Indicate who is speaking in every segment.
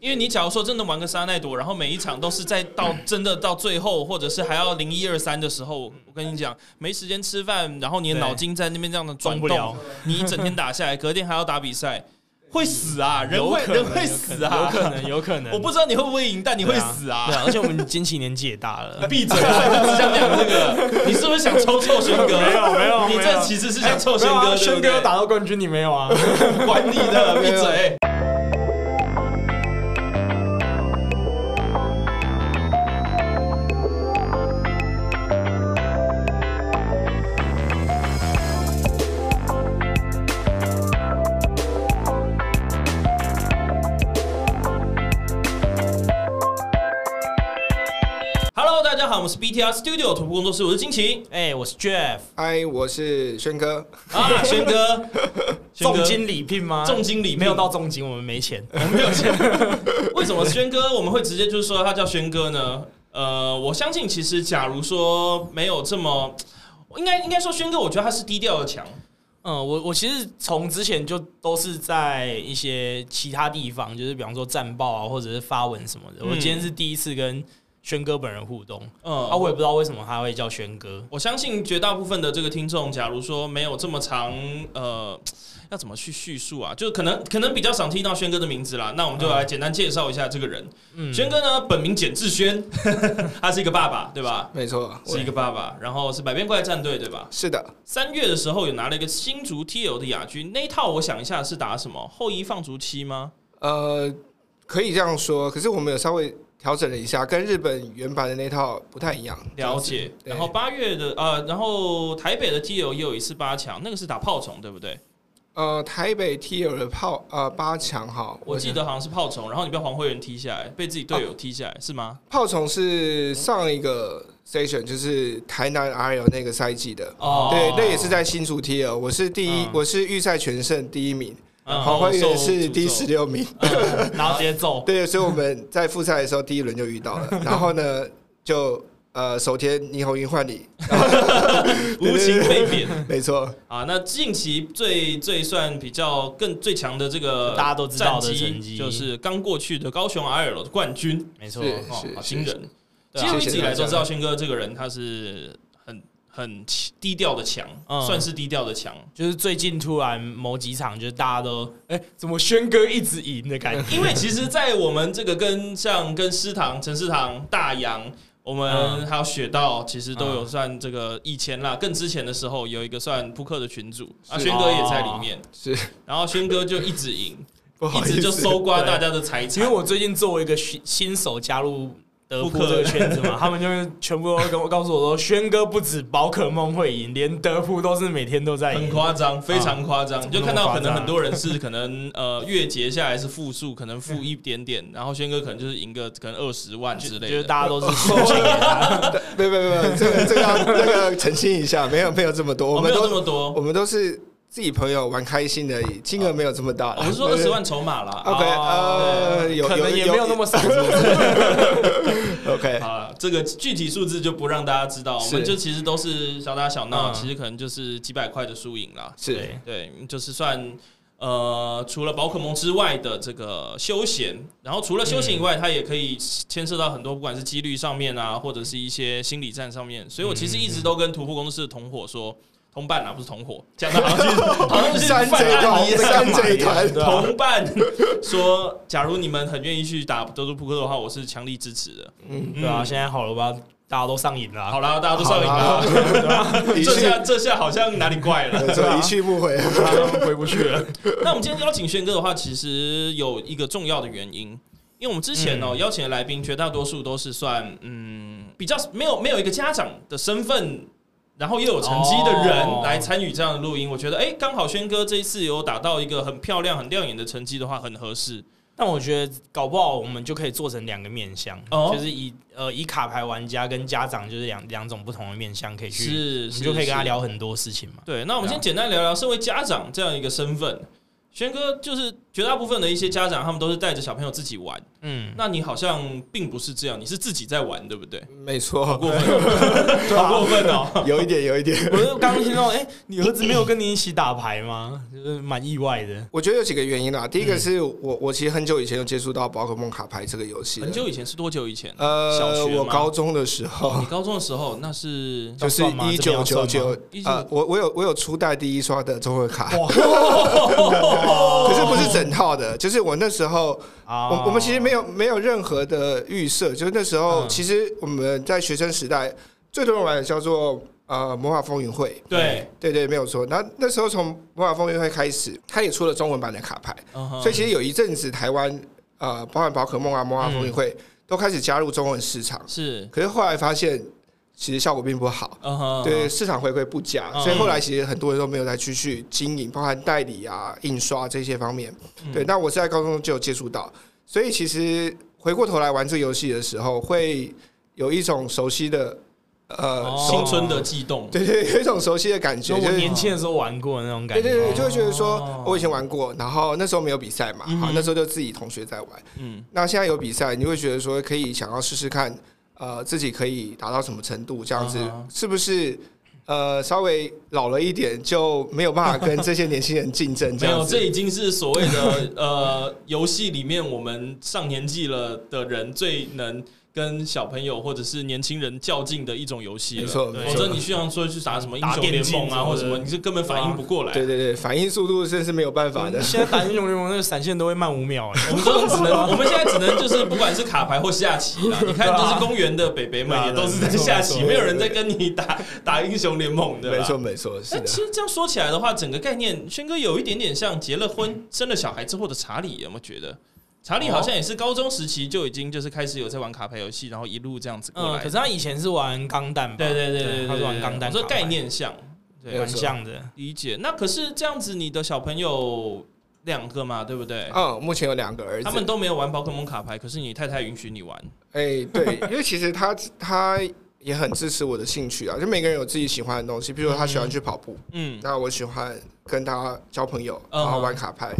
Speaker 1: 因为你假如说真的玩个沙奈朵，然后每一场都是在到真的到最后，或者是还要零一二三的时候，我跟你讲，没时间吃饭，然后你的
Speaker 2: 对
Speaker 1: 脑筋在那边这样的转
Speaker 2: 动不了
Speaker 1: 动，你一整天打下 来，隔天还要打比赛，会死啊！人
Speaker 2: 有
Speaker 1: 会
Speaker 2: 可能
Speaker 1: 人会死
Speaker 2: 有
Speaker 1: 啊！
Speaker 2: 可能，有可能。
Speaker 1: 我不知道你会不会赢，但你会死啊！，
Speaker 2: 对啊，而且我们经纪年纪也大了
Speaker 1: 闭嘴！啊我只想讲这个，你是不是想抽臭轩哥？
Speaker 2: 没有没有
Speaker 1: 你
Speaker 2: 哎没
Speaker 1: 这
Speaker 2: 有
Speaker 1: 其实是想抽轩
Speaker 3: 没有
Speaker 1: 哥，
Speaker 3: 啊
Speaker 1: 对
Speaker 3: 轩
Speaker 1: 不对
Speaker 3: 哥打到冠军，你没有啊？
Speaker 1: 管你的，闭嘴！Hello，大家好，我们是 BTR Studio 徒步工作室，我是金奇
Speaker 2: 哎，我是 Jeff，
Speaker 4: 嗨，我是轩哥。
Speaker 1: 啊，轩哥， 轩
Speaker 2: 重
Speaker 1: 哥
Speaker 2: 金礼聘吗？
Speaker 1: 重金礼聘
Speaker 2: 没有到重金，我们没钱。
Speaker 1: 没有钱。 为什么轩哥我们会直接就是说他叫轩哥呢？呃，我相信其实假如说没有这么，应该应该说轩哥，我觉得他是低调的强。
Speaker 2: 嗯，我我其实从之前就都是在一些其他地方，就是比方说战报啊，或者是发文什么的。
Speaker 1: 嗯
Speaker 2: 我今天是第一次跟轩哥本人互动，
Speaker 1: 嗯，
Speaker 2: 啊，我也不知道为什么他会叫轩哥。
Speaker 1: 我相信绝大部分的这个听众，假如说没有这么长，呃，要怎么去叙述啊？就可能可能比较少听到轩哥的名字啦。那我们就来简单介绍一下这个人。
Speaker 2: 嗯，
Speaker 1: 轩、哥呢，本名简志轩， 他是一个爸爸，对吧？
Speaker 4: 没错，我
Speaker 1: 是一个爸爸，然后是百变怪战队，对吧？
Speaker 4: 是的，
Speaker 1: 三月的时候有拿了一个新竹 TL 的亚军，那一套我想一下是打什么后移放逐期吗？
Speaker 4: 呃，可以这样说。可是我们有稍微调整了一下，跟日本原版的那套不太一样。
Speaker 1: 了解。
Speaker 4: 对
Speaker 1: 然后八月的呃，然后台北的 TL 也有一次八强，那个是打炮虫对不对？
Speaker 4: 呃，台北 T 有的炮呃八强哈，
Speaker 1: 我记得好像是炮虫，然后你被黄慧仁踢下来，被自己队友踢下来、是吗？
Speaker 4: 炮虫是上一个 station，就是台南 RL 那个赛季的。
Speaker 1: 哦
Speaker 4: 对，那也是在新竹 T L，我是第一，
Speaker 2: 嗯
Speaker 4: 我是预赛全胜第一名，
Speaker 1: 嗯
Speaker 4: 黄辉
Speaker 1: 受
Speaker 4: 元是第
Speaker 1: 诅咒
Speaker 4: 十六名，
Speaker 2: 嗯然后直接走。
Speaker 4: 对，所以我们在复赛的时候第一轮就遇 到了，然后呢，就呃首天霓虹云换你，
Speaker 1: 无情被贬
Speaker 4: 没错，
Speaker 1: 啊。那近期最最算比较更最强的这个
Speaker 2: 大家都知道的
Speaker 1: 战
Speaker 2: 成绩
Speaker 1: 就是刚过去的高雄 RL 的冠军，
Speaker 2: 没错，
Speaker 4: 是
Speaker 1: 哦，好
Speaker 4: 是
Speaker 1: 惊
Speaker 4: 是
Speaker 1: 人！其
Speaker 4: 对
Speaker 1: 实
Speaker 4: 啊
Speaker 1: 我一直以来
Speaker 4: 谢谢大家
Speaker 1: 都知道轩哥这个人，他是很很低调的强，
Speaker 2: 嗯
Speaker 1: 算是低调的强。
Speaker 2: 就是最近突然某几场，就是大家都哎、怎么轩哥一直赢的感 觉？
Speaker 1: 因为其实，在我们这个跟像跟师堂、陈师堂、大洋，我们
Speaker 2: 嗯
Speaker 1: 还有雪道，其实都有
Speaker 2: 嗯
Speaker 1: 算这个以前啦，更之前的时候有一个算扑克的群组，啊，
Speaker 4: 是哦
Speaker 1: 轩哥也在里面，
Speaker 4: 是
Speaker 1: 然后轩哥就一直赢，
Speaker 4: 不好
Speaker 1: 一
Speaker 4: 意思，
Speaker 1: 直就搜刮
Speaker 2: 对
Speaker 1: 大家的财
Speaker 2: 因
Speaker 1: 产
Speaker 2: 为。我最近作为一个新新手加入德
Speaker 1: 扑
Speaker 2: 扑
Speaker 1: 克
Speaker 2: 这个圈子嘛，他们就是全部都跟我告诉我说，轩哥不止宝可梦会赢，连德扑都是每天都在
Speaker 1: 很
Speaker 2: 赢。
Speaker 1: 夸张，非常夸张，你就看到可
Speaker 2: 怎么那么夸张
Speaker 1: 能
Speaker 2: 啊
Speaker 1: 很多人是可能呃月结下来是负数，可能负一点点，然后轩哥可能就是赢个可能二十万之
Speaker 2: 就
Speaker 1: 类
Speaker 2: 是
Speaker 1: 的。
Speaker 2: 大家都是啊输进给他，
Speaker 4: 没有没有没有，这个这个要这个澄清一下， 没有没有这么多，
Speaker 1: 我
Speaker 4: 我
Speaker 1: 哦没
Speaker 4: 们
Speaker 1: 有这
Speaker 4: 都
Speaker 1: 么多
Speaker 4: 我，们都是自己朋友玩开心而已，金额没有这么大啦。
Speaker 1: 哦我是说二
Speaker 4: 对
Speaker 1: 十万筹码啦。
Speaker 4: OK，
Speaker 2: 哦
Speaker 4: 呃，有
Speaker 2: 可能也没有那么少。
Speaker 4: OK，
Speaker 1: 啊好了，这个具体数字就不让大家知道，我
Speaker 4: 是
Speaker 1: 们就其实都是小打小闹，
Speaker 2: 嗯
Speaker 1: 其实可能就是几百块的输赢啦。
Speaker 4: 是
Speaker 1: 对，就是算呃，除了宝可梦之外的这个休闲，然后除了休闲以外，它也可以牵涉到很多，不管是几率上面啊，或者是一些心理战上面。所以我其实一直都跟徒步公司的同伙说，同伴啊，不是同伙，讲的好像是好像是
Speaker 4: 山
Speaker 1: 犯
Speaker 4: 贼
Speaker 1: 案一样。
Speaker 4: 团，山贼团，
Speaker 2: 对啊
Speaker 1: 同伴说，假如你们很愿意去打德州扑克的话，我是强力支持的。
Speaker 4: 嗯，
Speaker 2: 对啊，现在好了吧，大家都上瘾了。啊
Speaker 1: 好啦，大家都上瘾 了，
Speaker 4: 一
Speaker 1: 这
Speaker 4: 去
Speaker 1: 下这下好像哪里怪了。
Speaker 4: 没 错，一去不回。
Speaker 2: 大家都回不去了。
Speaker 1: 那我们今天邀请轩哥的话，其实有一个重要的原因，因为我们之前
Speaker 2: 嗯
Speaker 1: 哦、邀请的来宾绝大多数都是算嗯比较没有没有一个家长的身份，然后又有成绩的人
Speaker 2: 哦
Speaker 1: 来参与这样的录音。我觉得哎，刚好轩哥这一次有打到一个很漂亮、很亮眼的成绩的话，很合适。
Speaker 2: 但我觉得搞不好我们就可以做成两个面向，
Speaker 1: 哦
Speaker 2: 就是以呃以卡牌玩家跟家长就是两两种不同的面向可以去，
Speaker 1: 是，
Speaker 2: 我
Speaker 1: 是
Speaker 2: 们就可以跟他
Speaker 1: 是
Speaker 2: 聊很多事情嘛。
Speaker 1: 对，那我们
Speaker 2: 对啊
Speaker 1: 先简单聊聊，身为家长这样一个身份，轩哥就是绝大部分的一些家长他们都是带着小朋友自己玩，
Speaker 2: 嗯，
Speaker 1: 那你好像并不是这样，你是自己在玩，对不对？
Speaker 4: 没错，
Speaker 1: 过分，好过分哦！
Speaker 4: 有一点，有一点。
Speaker 2: 我就刚刚听到，哎、你儿子没有跟你一起打牌吗？就是蛮意外的。
Speaker 4: 我觉得有几个原因啦。第一
Speaker 1: 嗯
Speaker 4: 个是我，我其实很久以前就接触到宝可梦卡牌这个游戏了，
Speaker 1: 很久以前是多久以前？小
Speaker 4: 呃，
Speaker 1: 学吗
Speaker 4: 我高中的时
Speaker 1: 你
Speaker 4: 候，
Speaker 1: 高中的时候那是
Speaker 4: 就 是
Speaker 2: 要算吗
Speaker 4: 一
Speaker 2: 这边
Speaker 4: 九
Speaker 2: 要
Speaker 4: 九
Speaker 2: 算
Speaker 4: 九
Speaker 2: 吗，
Speaker 4: 呃，我我有我有初代第一刷的综合卡，
Speaker 2: 可
Speaker 4: 可
Speaker 2: 哦
Speaker 4: 是不是整套的，就是我那时候，
Speaker 2: 啊
Speaker 4: 我我们其实没有没有任何的预设，就是那时候
Speaker 2: 嗯
Speaker 4: 其实我们在学生时代最多人玩的叫做呃魔法风云会，
Speaker 1: 对，
Speaker 4: 对对，没有错。那那时候从魔法风云会开始，它也出了中文版的卡牌，
Speaker 1: 嗯哼
Speaker 4: 所以其实有一阵子台湾呃，包含宝可梦啊、
Speaker 2: 嗯
Speaker 4: 魔法风云会都开始加入中文市场，
Speaker 1: 是，
Speaker 4: 可是后来发现其实效果并不好。
Speaker 1: 嗯哼，
Speaker 4: 对市场回馈不佳，
Speaker 1: 嗯
Speaker 4: 所以后来其实很多人都没有再继续经营，包含代理啊、印刷这些方面。
Speaker 1: 嗯
Speaker 4: 对，那我是在高中就有接触到，所以其实回过头来玩这个游戏的时候，会有一种熟悉的呃，
Speaker 2: 哦
Speaker 4: 熟
Speaker 1: 新春的悸动，
Speaker 4: 对对，有一种熟悉的感觉，
Speaker 2: 就
Speaker 4: 就
Speaker 2: 我
Speaker 4: 是
Speaker 2: 年轻的时候玩过的那种感
Speaker 4: 对
Speaker 2: 觉。
Speaker 4: 对对，就会觉得说
Speaker 1: 哦
Speaker 4: 我以前玩过，然后那时候没有比赛嘛，
Speaker 1: 嗯
Speaker 4: 好，
Speaker 1: 哼
Speaker 4: 那时候就自己同学在玩。
Speaker 1: 嗯，
Speaker 4: 那现在有比赛，你会觉得说可以想要试试看，呃，自己可以达到什么程度，这样子、
Speaker 1: 嗯哼
Speaker 4: 是不是？呃，稍微老了一点就没有办法跟这些年轻人竞争，这
Speaker 1: 没有，
Speaker 4: 样
Speaker 1: 这
Speaker 4: 子。
Speaker 1: 已经是所谓的 呃游戏里面我们上年纪了的人最能。跟小朋友或者是年轻人较劲的一种游戏
Speaker 4: 没
Speaker 1: 了，
Speaker 4: 错，
Speaker 2: 对
Speaker 4: 没
Speaker 1: 否
Speaker 4: 错
Speaker 1: 则。你需要说去打什么英
Speaker 2: 打
Speaker 1: 雄
Speaker 2: 电
Speaker 1: 联
Speaker 2: 竞
Speaker 1: 盟啊，或者
Speaker 2: 什
Speaker 1: 什
Speaker 2: 么的
Speaker 1: 么，你是根本反应不过来。
Speaker 4: 对对对，反应速度真是没有办法的。
Speaker 2: 现在打英雄联盟那个 闪现都会慢五 秒、哎
Speaker 1: 我们这种只 能，我们现在只能就是不管是卡牌或下棋 啦，你看就是公园的北北们也都是在下棋，啊没有人在跟你打打英雄联盟的。
Speaker 4: 没错。没错，是
Speaker 1: 但
Speaker 4: 的。
Speaker 1: 其实这样说起来的话，整个概念，轩哥有一点点像结了婚、生了小孩之后的查理，有没有觉得？查理好像也是高中时期就已经就是开始有在玩卡牌游戏，然后一路这样子过
Speaker 2: 嗯，
Speaker 1: 来
Speaker 2: 可是。他以前是玩钢弹吧？
Speaker 1: 对对对对，
Speaker 2: 他是玩钢弹，
Speaker 1: 这概念像，
Speaker 4: 没有
Speaker 1: 对，
Speaker 2: 蛮像的。
Speaker 1: 理解。那可是这样子，你的小朋友两个嘛，对不对？
Speaker 4: 嗯，目前有两个儿子
Speaker 1: 他，们都没有玩宝可梦卡牌，可是你太太允许你玩。
Speaker 4: 哎、对，因为其实他他也很支持我的兴趣啊，就每个人有自己喜欢的东西，比如说他喜欢去跑步，
Speaker 1: 嗯，
Speaker 4: 那我喜欢跟他交朋友，
Speaker 1: 嗯
Speaker 4: 然后玩卡牌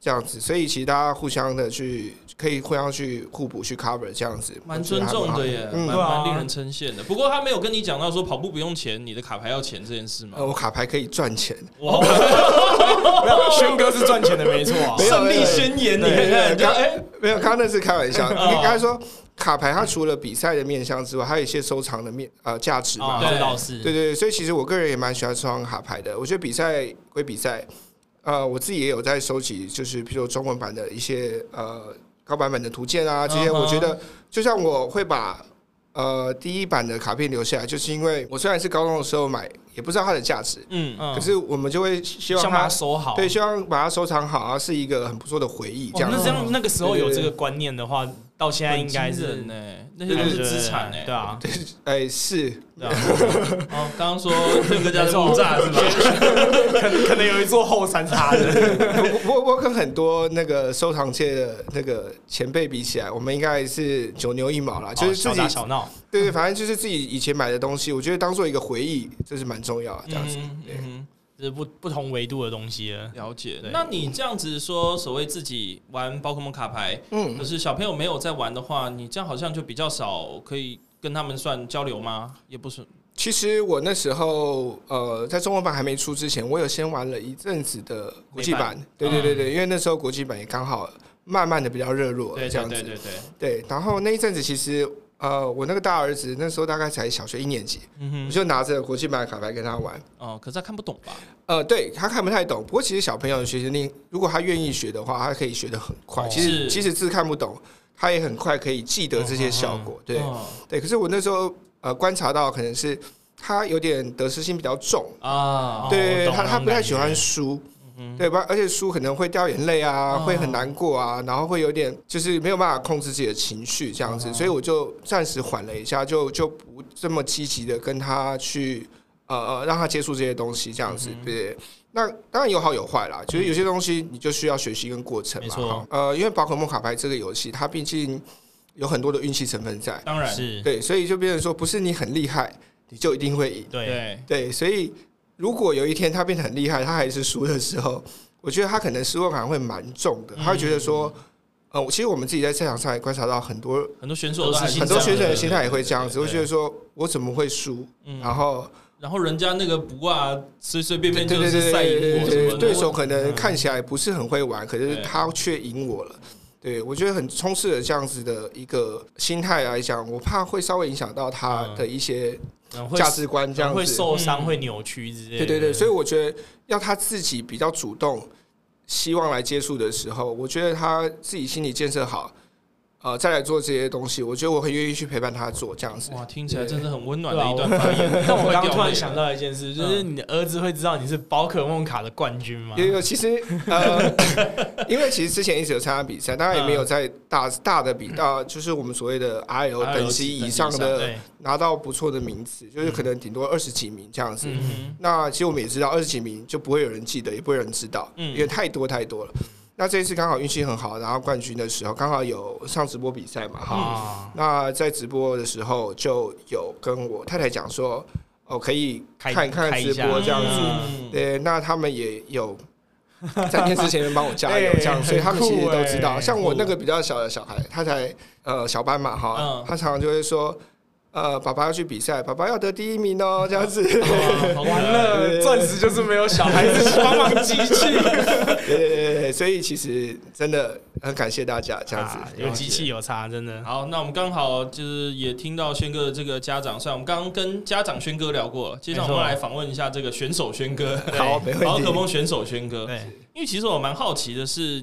Speaker 4: 这样子，所以其实大家互相的去可以互相去互补去 cover 这样子，
Speaker 1: 蛮尊重的耶，蛮
Speaker 4: 嗯，
Speaker 2: 对啊
Speaker 1: 蛮令人称羡的。不过他没有跟你讲到说跑步不用钱，你的卡牌要钱这件事吗
Speaker 2: 哦
Speaker 4: 呃，？我卡牌可以赚钱，
Speaker 1: 哇，
Speaker 2: 没有，轩哥是赚钱的，没错啊。
Speaker 4: 没有
Speaker 1: 胜利宣言，你看
Speaker 4: 没有
Speaker 1: 看，
Speaker 4: 没
Speaker 1: 就
Speaker 4: 有
Speaker 1: 哎，
Speaker 4: 没有，刚刚那是开玩笑。
Speaker 1: 哦
Speaker 4: 你刚才说卡牌，它除了比赛的面向之外，还有一些收藏的面呃价值嘛
Speaker 2: 啊，。
Speaker 1: 哦对
Speaker 2: 这倒是。
Speaker 4: 对对对，所以其实我个人也蛮喜欢收藏卡牌的。我觉得比赛归比赛，呃，我自己也有在收集，就是譬如中文版的一些呃高版本的图鉴啊，这些
Speaker 1: 嗯哼
Speaker 4: 我觉得就像我会把呃第一版的卡片留下来，就是因为我虽然是高中的时候买，也不知道它的价值，
Speaker 1: 嗯，
Speaker 2: 嗯
Speaker 4: 可是我们就会希望
Speaker 2: 想把
Speaker 4: 它
Speaker 2: 它收好。
Speaker 4: 对，希望把它收藏好啊，是一个很不错的回忆。
Speaker 2: 哦，
Speaker 4: 这样
Speaker 2: 那
Speaker 4: 子
Speaker 2: 这样那个时候有这个观念的话，到现在应该是
Speaker 1: 呢，那些都是资产哎。
Speaker 2: 对啊，
Speaker 4: 哎是
Speaker 2: 对啊，
Speaker 1: 哦，刚刚说那个叫做木栅是吧？
Speaker 2: 可能可能有一座后山差 的。
Speaker 4: 我我我跟很多那个收藏界的那个前辈比起来，我们应该是九牛一毛啦，就是自
Speaker 2: 哦小
Speaker 4: 己
Speaker 2: 打小闹，
Speaker 4: 对对，反正就是自己以前买的东西，我觉得当做一个回忆，这是蛮重要的。这样子，
Speaker 1: 嗯
Speaker 4: 对
Speaker 1: 嗯
Speaker 2: 这是不不同维度的东西了
Speaker 1: 嗯。了解
Speaker 2: 对。
Speaker 1: 那你这样子说，所谓自己玩宝可梦卡牌，
Speaker 4: 嗯
Speaker 1: 可，是小朋友没有在玩的话，你这样好像就比较少可以跟他们算交流吗？也不是，
Speaker 4: 其实我那时候呃，在中文版还没出之前，我有先玩了一阵子的国际版，对对对对，因为那时候国际版也刚好慢慢的比较热络，
Speaker 1: 嗯对
Speaker 4: 这
Speaker 1: 对
Speaker 4: 样
Speaker 1: 对
Speaker 4: 子，
Speaker 1: 对对，
Speaker 4: 对。然后那一阵子其实呃，我那个大儿子那时候大概才小学一年级，
Speaker 1: 嗯哼
Speaker 4: 我。就拿着国际版的卡牌跟他玩。
Speaker 1: 哦，可是他看不懂吧？
Speaker 4: 呃，对他看不太懂，不过其实小朋友的学习力，如果他愿意学的话，他可以学得很快。
Speaker 2: 哦
Speaker 4: 其实
Speaker 1: 是
Speaker 4: 即使字看不懂，他也很快可以记得这些效果。对、
Speaker 1: 哦
Speaker 4: 对，可是我那时候呃观察到，可能是他有点得失心比较重，
Speaker 1: 啊，
Speaker 4: 对
Speaker 2: 哦我懂
Speaker 4: 他
Speaker 2: 那
Speaker 4: 他
Speaker 2: 种
Speaker 4: 不太
Speaker 2: 感觉
Speaker 4: 喜欢输，
Speaker 1: 嗯
Speaker 4: 对吧？而且输可能会掉眼泪啊，
Speaker 2: 嗯
Speaker 1: 哦
Speaker 4: 会很难过啊，然后会有点就是没有办法控制自己的情绪这样子，
Speaker 2: 嗯
Speaker 4: 所以我就暂时缓了一下，就就不这么积极的跟他去呃呃让他接触这些东西这样子，
Speaker 2: 嗯
Speaker 4: 对。那当然有好有坏啦，就是有些东西你就需要学习跟过程
Speaker 2: 没
Speaker 4: 嘛。
Speaker 2: 错
Speaker 4: 哈呃，因为宝可梦卡牌这个游戏，它毕竟有很多的运气成分在，
Speaker 1: 当然，
Speaker 2: 是，
Speaker 4: 对，所以就变成说，不是你很厉害，你就一定会赢。
Speaker 2: 对，
Speaker 1: 对，
Speaker 4: 对，所以如果有一天他变得很厉害，他还是输的时候， 我觉得他可能失落感会蛮重
Speaker 1: 嗯
Speaker 4: 的，他会觉得说，呃，其实我们自己在赛场上也观察到很多
Speaker 1: 很多选手都还
Speaker 2: 心
Speaker 1: 是
Speaker 4: 很多
Speaker 2: 脏
Speaker 4: 选手的
Speaker 2: 的
Speaker 4: 心态也会这样子，
Speaker 1: 对嗯
Speaker 4: 会
Speaker 1: 对
Speaker 4: 觉得说我怎么会输？然后
Speaker 1: 然后人家那个不啊，随随便
Speaker 4: 对
Speaker 1: 便
Speaker 4: 对
Speaker 1: 就
Speaker 4: 对
Speaker 1: 是
Speaker 4: 对
Speaker 1: 赛赢
Speaker 4: 对
Speaker 1: 我
Speaker 4: 对
Speaker 1: 什么
Speaker 4: 对，
Speaker 1: 的，
Speaker 4: 对手可能
Speaker 1: 嗯
Speaker 4: 看起来不是很会玩，可是
Speaker 1: 对
Speaker 4: 他却赢我了。对，我觉得很充斥了这样子的一个心态来讲，我怕会稍微影响到他的一些
Speaker 2: 然后会
Speaker 4: 价值观，这样
Speaker 2: 会
Speaker 4: 子。
Speaker 2: 受伤、
Speaker 1: 嗯
Speaker 2: 会扭曲之类
Speaker 4: 对
Speaker 2: 的。
Speaker 4: 对对，所以我觉得要他自己比较主动，希望来接触的时候，我觉得他自己心理建设好，呃，再来做这些东西，我觉得我很愿意去陪伴他做这样子。
Speaker 1: 哇，听起来
Speaker 4: 对
Speaker 1: 真的很温暖
Speaker 2: 对
Speaker 1: 的
Speaker 2: 啊，
Speaker 1: 一
Speaker 2: 我
Speaker 1: 段发言。 嗯
Speaker 2: 但
Speaker 1: 会
Speaker 2: 我刚刚
Speaker 1: 掉
Speaker 2: 突然
Speaker 1: 泪
Speaker 2: 想
Speaker 1: 了，
Speaker 2: 到一件事，就是你的儿子会知道你是宝可梦卡的冠军吗？
Speaker 4: 有有，其实呃， 因为其实之前一直有参加比赛，当然也没有在 大大的比到，就是我们所谓的 R L 等级以上的
Speaker 2: 对，
Speaker 4: 拿到不错的名次，就是可能顶多二十几名这样子。
Speaker 1: 嗯
Speaker 4: 那其实我们也知道，二十几名就不会有人记得，也不会有人知道，
Speaker 1: 嗯
Speaker 4: 因为太多太多了。那这一次刚好运气很好，然后冠军的时候刚好有上直播比赛嘛，哈、
Speaker 2: 啊，
Speaker 4: 那在直播的时候就有跟我太太讲说，哦，可以
Speaker 2: 开
Speaker 4: 看一看
Speaker 2: 开一
Speaker 4: 直
Speaker 2: 下
Speaker 4: 播这样子。
Speaker 1: 嗯
Speaker 4: 对，那他们也有在电视前面帮我加油
Speaker 2: 对
Speaker 4: 这样，所以他们其实都
Speaker 2: 很
Speaker 4: 知
Speaker 2: 酷
Speaker 4: 道。
Speaker 2: 欸
Speaker 4: 像我那个比较小的小孩，他才呃小班嘛哈
Speaker 1: 嗯，
Speaker 4: 他常常就会说，呃，爸爸要去比赛，爸爸要得第一名哦，这样子。
Speaker 1: 哇哦 好可爱
Speaker 2: 完了，钻石就是没有小孩子帮忙机器，
Speaker 4: 对对对对，所以其实真的很感谢大家这样子
Speaker 2: 啊。有机器有差，真的。
Speaker 1: 好，那我们刚好就是也听到轩哥的这个家长赛，我们刚刚跟家长轩哥聊过了，接下来我
Speaker 2: 没
Speaker 1: 们
Speaker 2: 错
Speaker 1: 来访问一下这个选手轩哥，
Speaker 4: 好， 没
Speaker 1: 宝可
Speaker 4: 问
Speaker 1: 梦
Speaker 4: 题。
Speaker 1: 选手轩
Speaker 4: 呃
Speaker 1: 哥。
Speaker 2: 对，
Speaker 1: 因为其实我蛮好奇的是，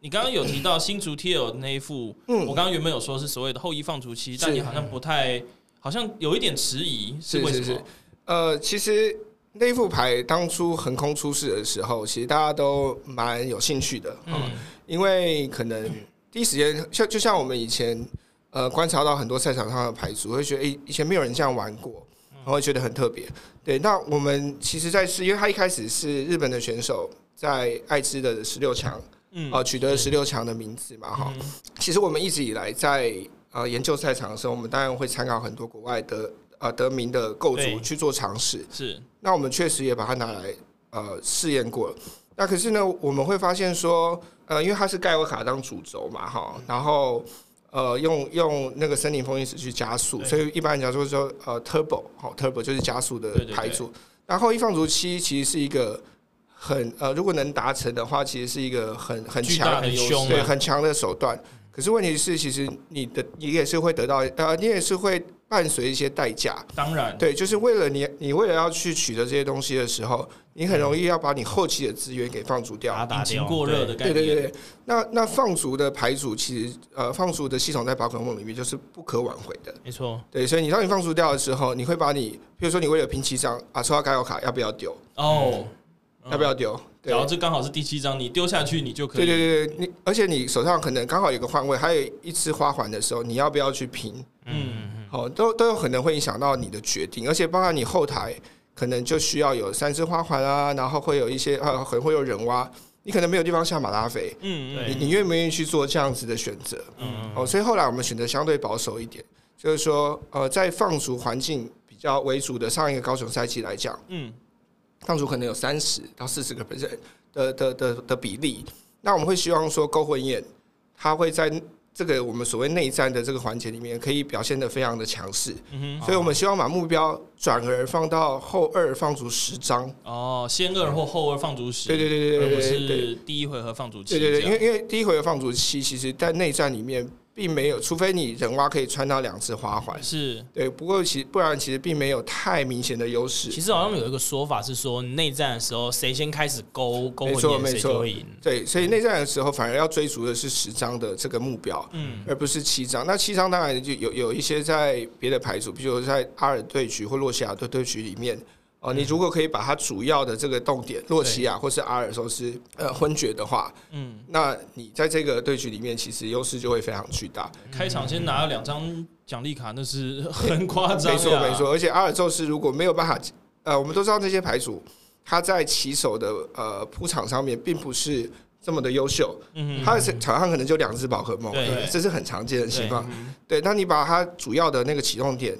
Speaker 1: 你刚刚有提到新竹 TL 那一副，
Speaker 4: 嗯
Speaker 1: 我刚刚原本有说是所谓的后羿放逐期，
Speaker 4: 是
Speaker 1: 但你好像不太，好像有一点迟疑，
Speaker 4: 是
Speaker 1: 为
Speaker 4: 是
Speaker 1: 什
Speaker 4: 是
Speaker 1: 么？，
Speaker 4: 呃，其实那副牌当初横空出世的时候，其实大家都蛮有兴趣的，嗯，
Speaker 1: 嗯
Speaker 4: 因为可能第一时间像就像我们以前呃观察到很多赛场上的牌组，会觉得诶、以前没有人这样玩过，然后会觉得很特别。对，那我们其实在是因为他一开始是日本的选手在爱知的十六强
Speaker 1: 嗯，
Speaker 4: 啊取得十六强的名次嘛哈。其实我们一直以来在呃研究赛场的时候，我们当然会参考很多国外的呃得名的构
Speaker 2: 对
Speaker 4: 筑去做尝试。
Speaker 1: 是，
Speaker 4: 那我们确实也把它拿来呃试验过了。那可是呢，我们会发现说，呃，因为它是盖沃卡当主轴嘛，哈，
Speaker 1: 嗯
Speaker 4: 然后呃用用那个森林风翼石去加速，
Speaker 2: 对
Speaker 4: 所以一般人讲说说呃 turbo 好 turbo 就是加速的
Speaker 1: 对对对
Speaker 4: 排组。然后一放逐期其实是一个很呃，如果能达成的话，其实是一个很很
Speaker 1: 巨大
Speaker 4: 强
Speaker 1: 的优势
Speaker 2: 很凶
Speaker 4: 对
Speaker 2: 啊
Speaker 4: 很强的手段。可是问题是，其实你的你也是会得到呃，你也是会伴随一些代价。
Speaker 1: 当然，
Speaker 4: 对，就是为了你，你为了要去取得这些东西的时候，你很容易要把你后期的资源给放逐掉。
Speaker 2: 把它打
Speaker 1: 引擎
Speaker 2: 掉
Speaker 1: 过热的，概
Speaker 4: 对
Speaker 1: 念，
Speaker 4: 对对对，那那放逐的牌组其实呃，放逐的系统在宝可梦里面就是不可挽回的。
Speaker 2: 没错，
Speaker 4: 对，所以你当你放逐掉的时候，你会把你，比如说你为了拼七张啊，抽到盖奥卡要不要丢？
Speaker 1: 哦，
Speaker 4: 嗯要不要丢？对
Speaker 1: 然后这刚好是第七张，你丢下去你就可
Speaker 4: 对
Speaker 1: 以，
Speaker 4: 对对对，你而且你手上可能刚好有个换位，还有一只花环的时候，你要不要去拼？
Speaker 1: 嗯，
Speaker 4: 哦，都都有可能会影响到你的决定，而且包含你后台可能就需要有三只花环啊，然后会有一些呃，可能会有人蛙，你可能没有地方下马拉菲，
Speaker 1: 嗯
Speaker 2: 对
Speaker 4: 你你愿不愿意去做这样子的选择？
Speaker 2: 嗯，
Speaker 4: 哦，所以后来我们选择相对保守一点，就是说呃，在放逐环境比较为主的上一个高雄赛季来讲，
Speaker 1: 嗯
Speaker 4: 放逐可能有三十到四十个 p e 的的的的比例，那我们会希望说勾魂宴，它会在这个我们所谓内战的这个环节里面，可以表现得非常的强势。
Speaker 1: 嗯哼，
Speaker 4: 所以我们希望把目标转而放到后二放逐十张。
Speaker 1: 哦，先二或后二放逐时，
Speaker 4: 对对对对
Speaker 1: 而
Speaker 4: 对
Speaker 1: 不
Speaker 4: 对对
Speaker 1: 是第一回合放逐期
Speaker 4: 对
Speaker 1: 这样，
Speaker 4: 对对，因为因为第一回合放逐期，其实在内战里面并没有，除非你人蛙可以穿到两次花环。
Speaker 1: 是
Speaker 4: 对，不过其不然其实并没有太明显的优势
Speaker 2: 其。实好像有一个说法是说，内战的时候谁先开始勾勾
Speaker 4: 没
Speaker 2: 魂
Speaker 4: 错
Speaker 2: 眼，
Speaker 4: 没
Speaker 2: 谁
Speaker 4: 错
Speaker 2: 就会赢。
Speaker 4: 对，所以内战的时候反而要追逐的是十张的这个目标，
Speaker 1: 嗯
Speaker 4: 而不是七张。那七张当然就有有一些在别的牌组，比如在阿尔对局或洛西亚对对局里面，
Speaker 2: 嗯
Speaker 4: 哦，你如果可以把它主要的这个动点洛西亚或是阿尔收是呃昏厥的话，
Speaker 1: 嗯，
Speaker 4: 那你在这个对局里面，其实优势就会非常巨大。
Speaker 1: 开场先拿了两张奖励卡，那是 很夸张，
Speaker 4: 没错，没，错。而且阿尔宙斯如果没有办法，呃，我们都知道这些牌组，他在起手的呃铺场上面并不是这么的优秀，
Speaker 1: 嗯哼，
Speaker 4: 他的场上可能就两只宝可梦
Speaker 2: 对，
Speaker 4: 这是很常见的情况。
Speaker 1: 嗯
Speaker 4: 对，那你把他主要的那个启动点。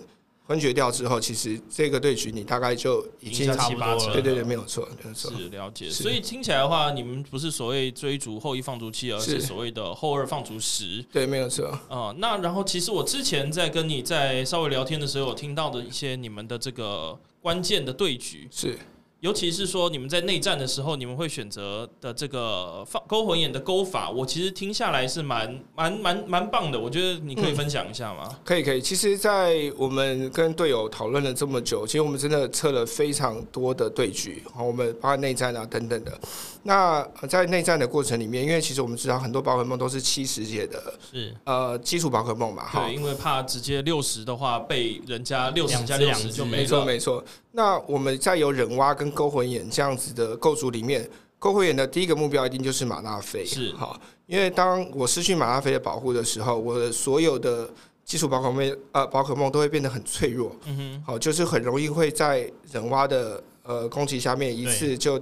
Speaker 4: 昏厥掉之后，其实这个对局你大概就已
Speaker 1: 已
Speaker 4: 经
Speaker 1: 经
Speaker 2: 差
Speaker 1: 七
Speaker 2: 不
Speaker 1: 八
Speaker 2: 多
Speaker 1: 成，
Speaker 2: 了
Speaker 4: 对对对，没有错，没有错，
Speaker 1: 是了解。
Speaker 4: 是
Speaker 1: 所以听起来的话，你们不是所谓追逐后一放逐器，而是
Speaker 4: 是
Speaker 1: 所谓的后二放逐十
Speaker 4: 对，没有错，
Speaker 1: 啊、那然后，其实我之前在跟你在稍微聊天的时候，有听到的一些你们的这个关键的对局，
Speaker 4: 是
Speaker 1: 尤其是说你们在内战的时候，你们会选择的这个呃放勾魂眼的勾法，我其实听下来是蛮蛮蛮蛮棒的。我觉得你可以分享一下吗？
Speaker 4: 可以可以。其实，在我们跟队友讨论了这么久，其实我们真的测了非常多的对局，好，我们包括内战啊等等的。那呃在内战的过程里面，因为其实我们知道很多宝可梦都是七十节的
Speaker 2: 是
Speaker 4: 呃基础宝可梦嘛，哈
Speaker 1: 对，，因为怕直接六十的话被人家六十
Speaker 2: 两只
Speaker 1: 加六
Speaker 2: 两
Speaker 1: 十
Speaker 2: 只
Speaker 1: 就
Speaker 4: 没
Speaker 1: 没
Speaker 4: 错
Speaker 1: 了。
Speaker 4: 没错。那我们在有忍蛙跟勾魂眼这样子的构筑里面，勾魂眼的第一个目标一定就是马纳菲，
Speaker 1: 是
Speaker 4: 好，因为当我失去马纳菲的保护的时候，我的所有的基础宝可梦呃宝可梦都会变得很脆弱，
Speaker 1: 嗯哼，
Speaker 4: 好，就是很容易会在忍蛙的呃攻击下面一次就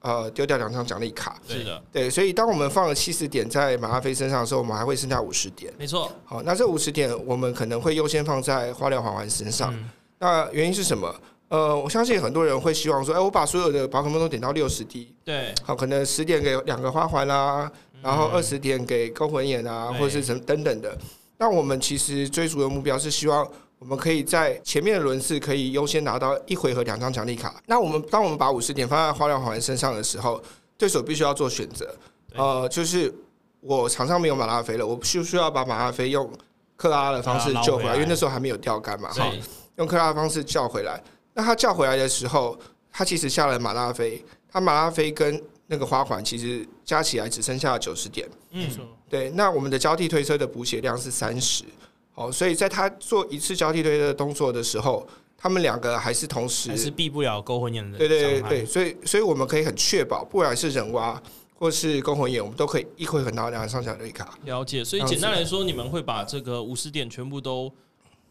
Speaker 4: 呃丢掉两张奖励卡。
Speaker 1: 是的，
Speaker 4: 对，所以当我们放了七十点在马纳菲身上的时候，我们还会剩下五十点。
Speaker 1: 没错，
Speaker 4: 好，那这五十点我们可能会优先放在花疗环环身上。那原因是什么？呃，我相信很多人会希望说，哎、我把所有的宝可梦都点到六十滴，
Speaker 1: 对，
Speaker 4: 好，可能十点给两个花环啦、然后二十点给勾魂眼啊，
Speaker 1: 对
Speaker 4: 或者是什么等等的。那我们其实追逐的目标是希望我们可以在前面的轮次可以优先拿到一回合两张奖励卡。那我们当我们把五十点放在花疗环身上的时候，对手必须要做选择，呃，就是我场上没有马拉菲了，我需不需要把马拉菲用克拉的方式
Speaker 2: 把它捞
Speaker 4: 救
Speaker 2: 回
Speaker 4: 回来？
Speaker 2: 来
Speaker 4: 因为那时候还没有钓竿嘛，哈，
Speaker 1: 对，
Speaker 4: 用克拉的方式叫回来。那他叫回来的时候，他其实下了马拉菲，他马拉菲跟那个花环其实加起来只剩下九十点。
Speaker 2: 没
Speaker 1: 嗯，
Speaker 2: 错，
Speaker 4: 对，那我们的交替推车的补血量是三十，哦，所以在他做一次交替推车的动作的时候，他们两个还是同时
Speaker 2: 还是避不了勾魂眼的
Speaker 4: 对对对
Speaker 2: 伤害
Speaker 4: 对，所以所以我们可以很确保，不管是人蛙或是公魂眼，我们都可以一回合拿到两张小绿卡。
Speaker 1: 了解。所以
Speaker 4: 这样子
Speaker 1: 简单来说，你们会把这个五十点全部都。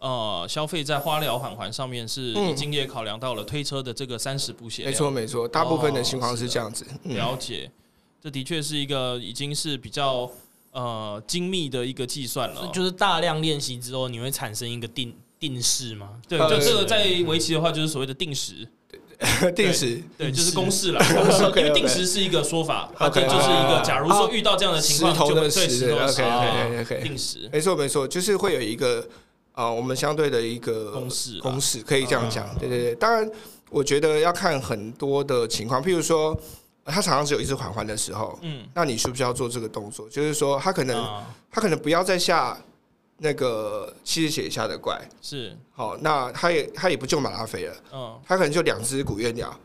Speaker 1: 呃，消费在花疗缓环上面是
Speaker 4: 嗯
Speaker 1: 已经也考量到了推车的这个三十补血
Speaker 4: 没
Speaker 1: 量，
Speaker 4: 错没错，大部分的情况
Speaker 1: 是
Speaker 4: 是
Speaker 1: 的
Speaker 4: 这样子。嗯，
Speaker 1: 了解，这的确是一个已经是比较呃精密的一个计算了。
Speaker 2: 就是大量练习之后，你会产生一个定定式嘛？
Speaker 1: 对，
Speaker 4: 呃
Speaker 1: 就这个在围棋的话，就是所谓的定时，
Speaker 4: 定时
Speaker 1: 对，
Speaker 2: 定
Speaker 1: 就是
Speaker 2: 时
Speaker 1: 公式 啦。公式，
Speaker 4: 哦 OK，OK
Speaker 1: 因为定时是一个说法，它这
Speaker 4: OK，
Speaker 1: 就是一个
Speaker 4: 啊，
Speaker 1: 假如说遇到这样的情
Speaker 4: 石
Speaker 1: 况，
Speaker 4: 头
Speaker 1: 就会
Speaker 4: 的
Speaker 1: 对石
Speaker 4: 石
Speaker 1: 头的
Speaker 4: ，OK
Speaker 1: 石
Speaker 4: OK OK，
Speaker 1: 定时
Speaker 4: 没错没错，就是会有一个啊，我们相对的一个
Speaker 1: 公式啦，嗯
Speaker 4: 公式，可以这样讲。对对对，当然，我觉得要看很多的情况，譬如说，呃他常常只有一次缓缓的时候，
Speaker 1: 嗯，
Speaker 4: 那你需不需要做这个动作？就是说，他可能
Speaker 2: 啊，
Speaker 4: 他可能不要再下那个七十血以下的怪，
Speaker 1: 是，
Speaker 4: 好，那他也他也不救马拉菲了，
Speaker 1: 嗯，
Speaker 4: 他可能就两只古月鸟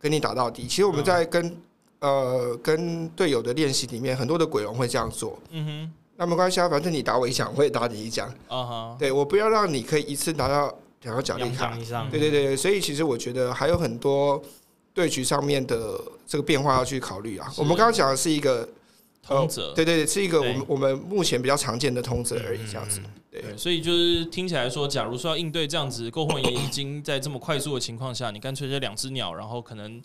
Speaker 4: 跟你打到底。其实我
Speaker 2: 嗯
Speaker 4: 们在跟呃跟队友的练习里面，很多的鬼龙会这样做。
Speaker 1: 嗯
Speaker 4: 那没关系啊，反正你打我一掌，我也打你一掌。
Speaker 1: 哼，啊哈，
Speaker 4: 对我不要让你可以一次拿到两个奖励
Speaker 2: 两
Speaker 4: 卡，
Speaker 2: 张以上，
Speaker 4: 对对对，所以其实我觉得还有很多对局上面的这个变化要去考虑啊。
Speaker 1: 是呃
Speaker 4: 我们刚刚讲的是一个
Speaker 1: 通则。
Speaker 4: 对对对，是一个我
Speaker 2: 对
Speaker 4: 们我们目前比较常见的通则而已，
Speaker 2: 嗯
Speaker 4: 这样子。对
Speaker 1: 对，所以就是听起来说，假如说要应对这样子勾魂也已经在这么快速的情况下，你干脆这两只鸟，然后可能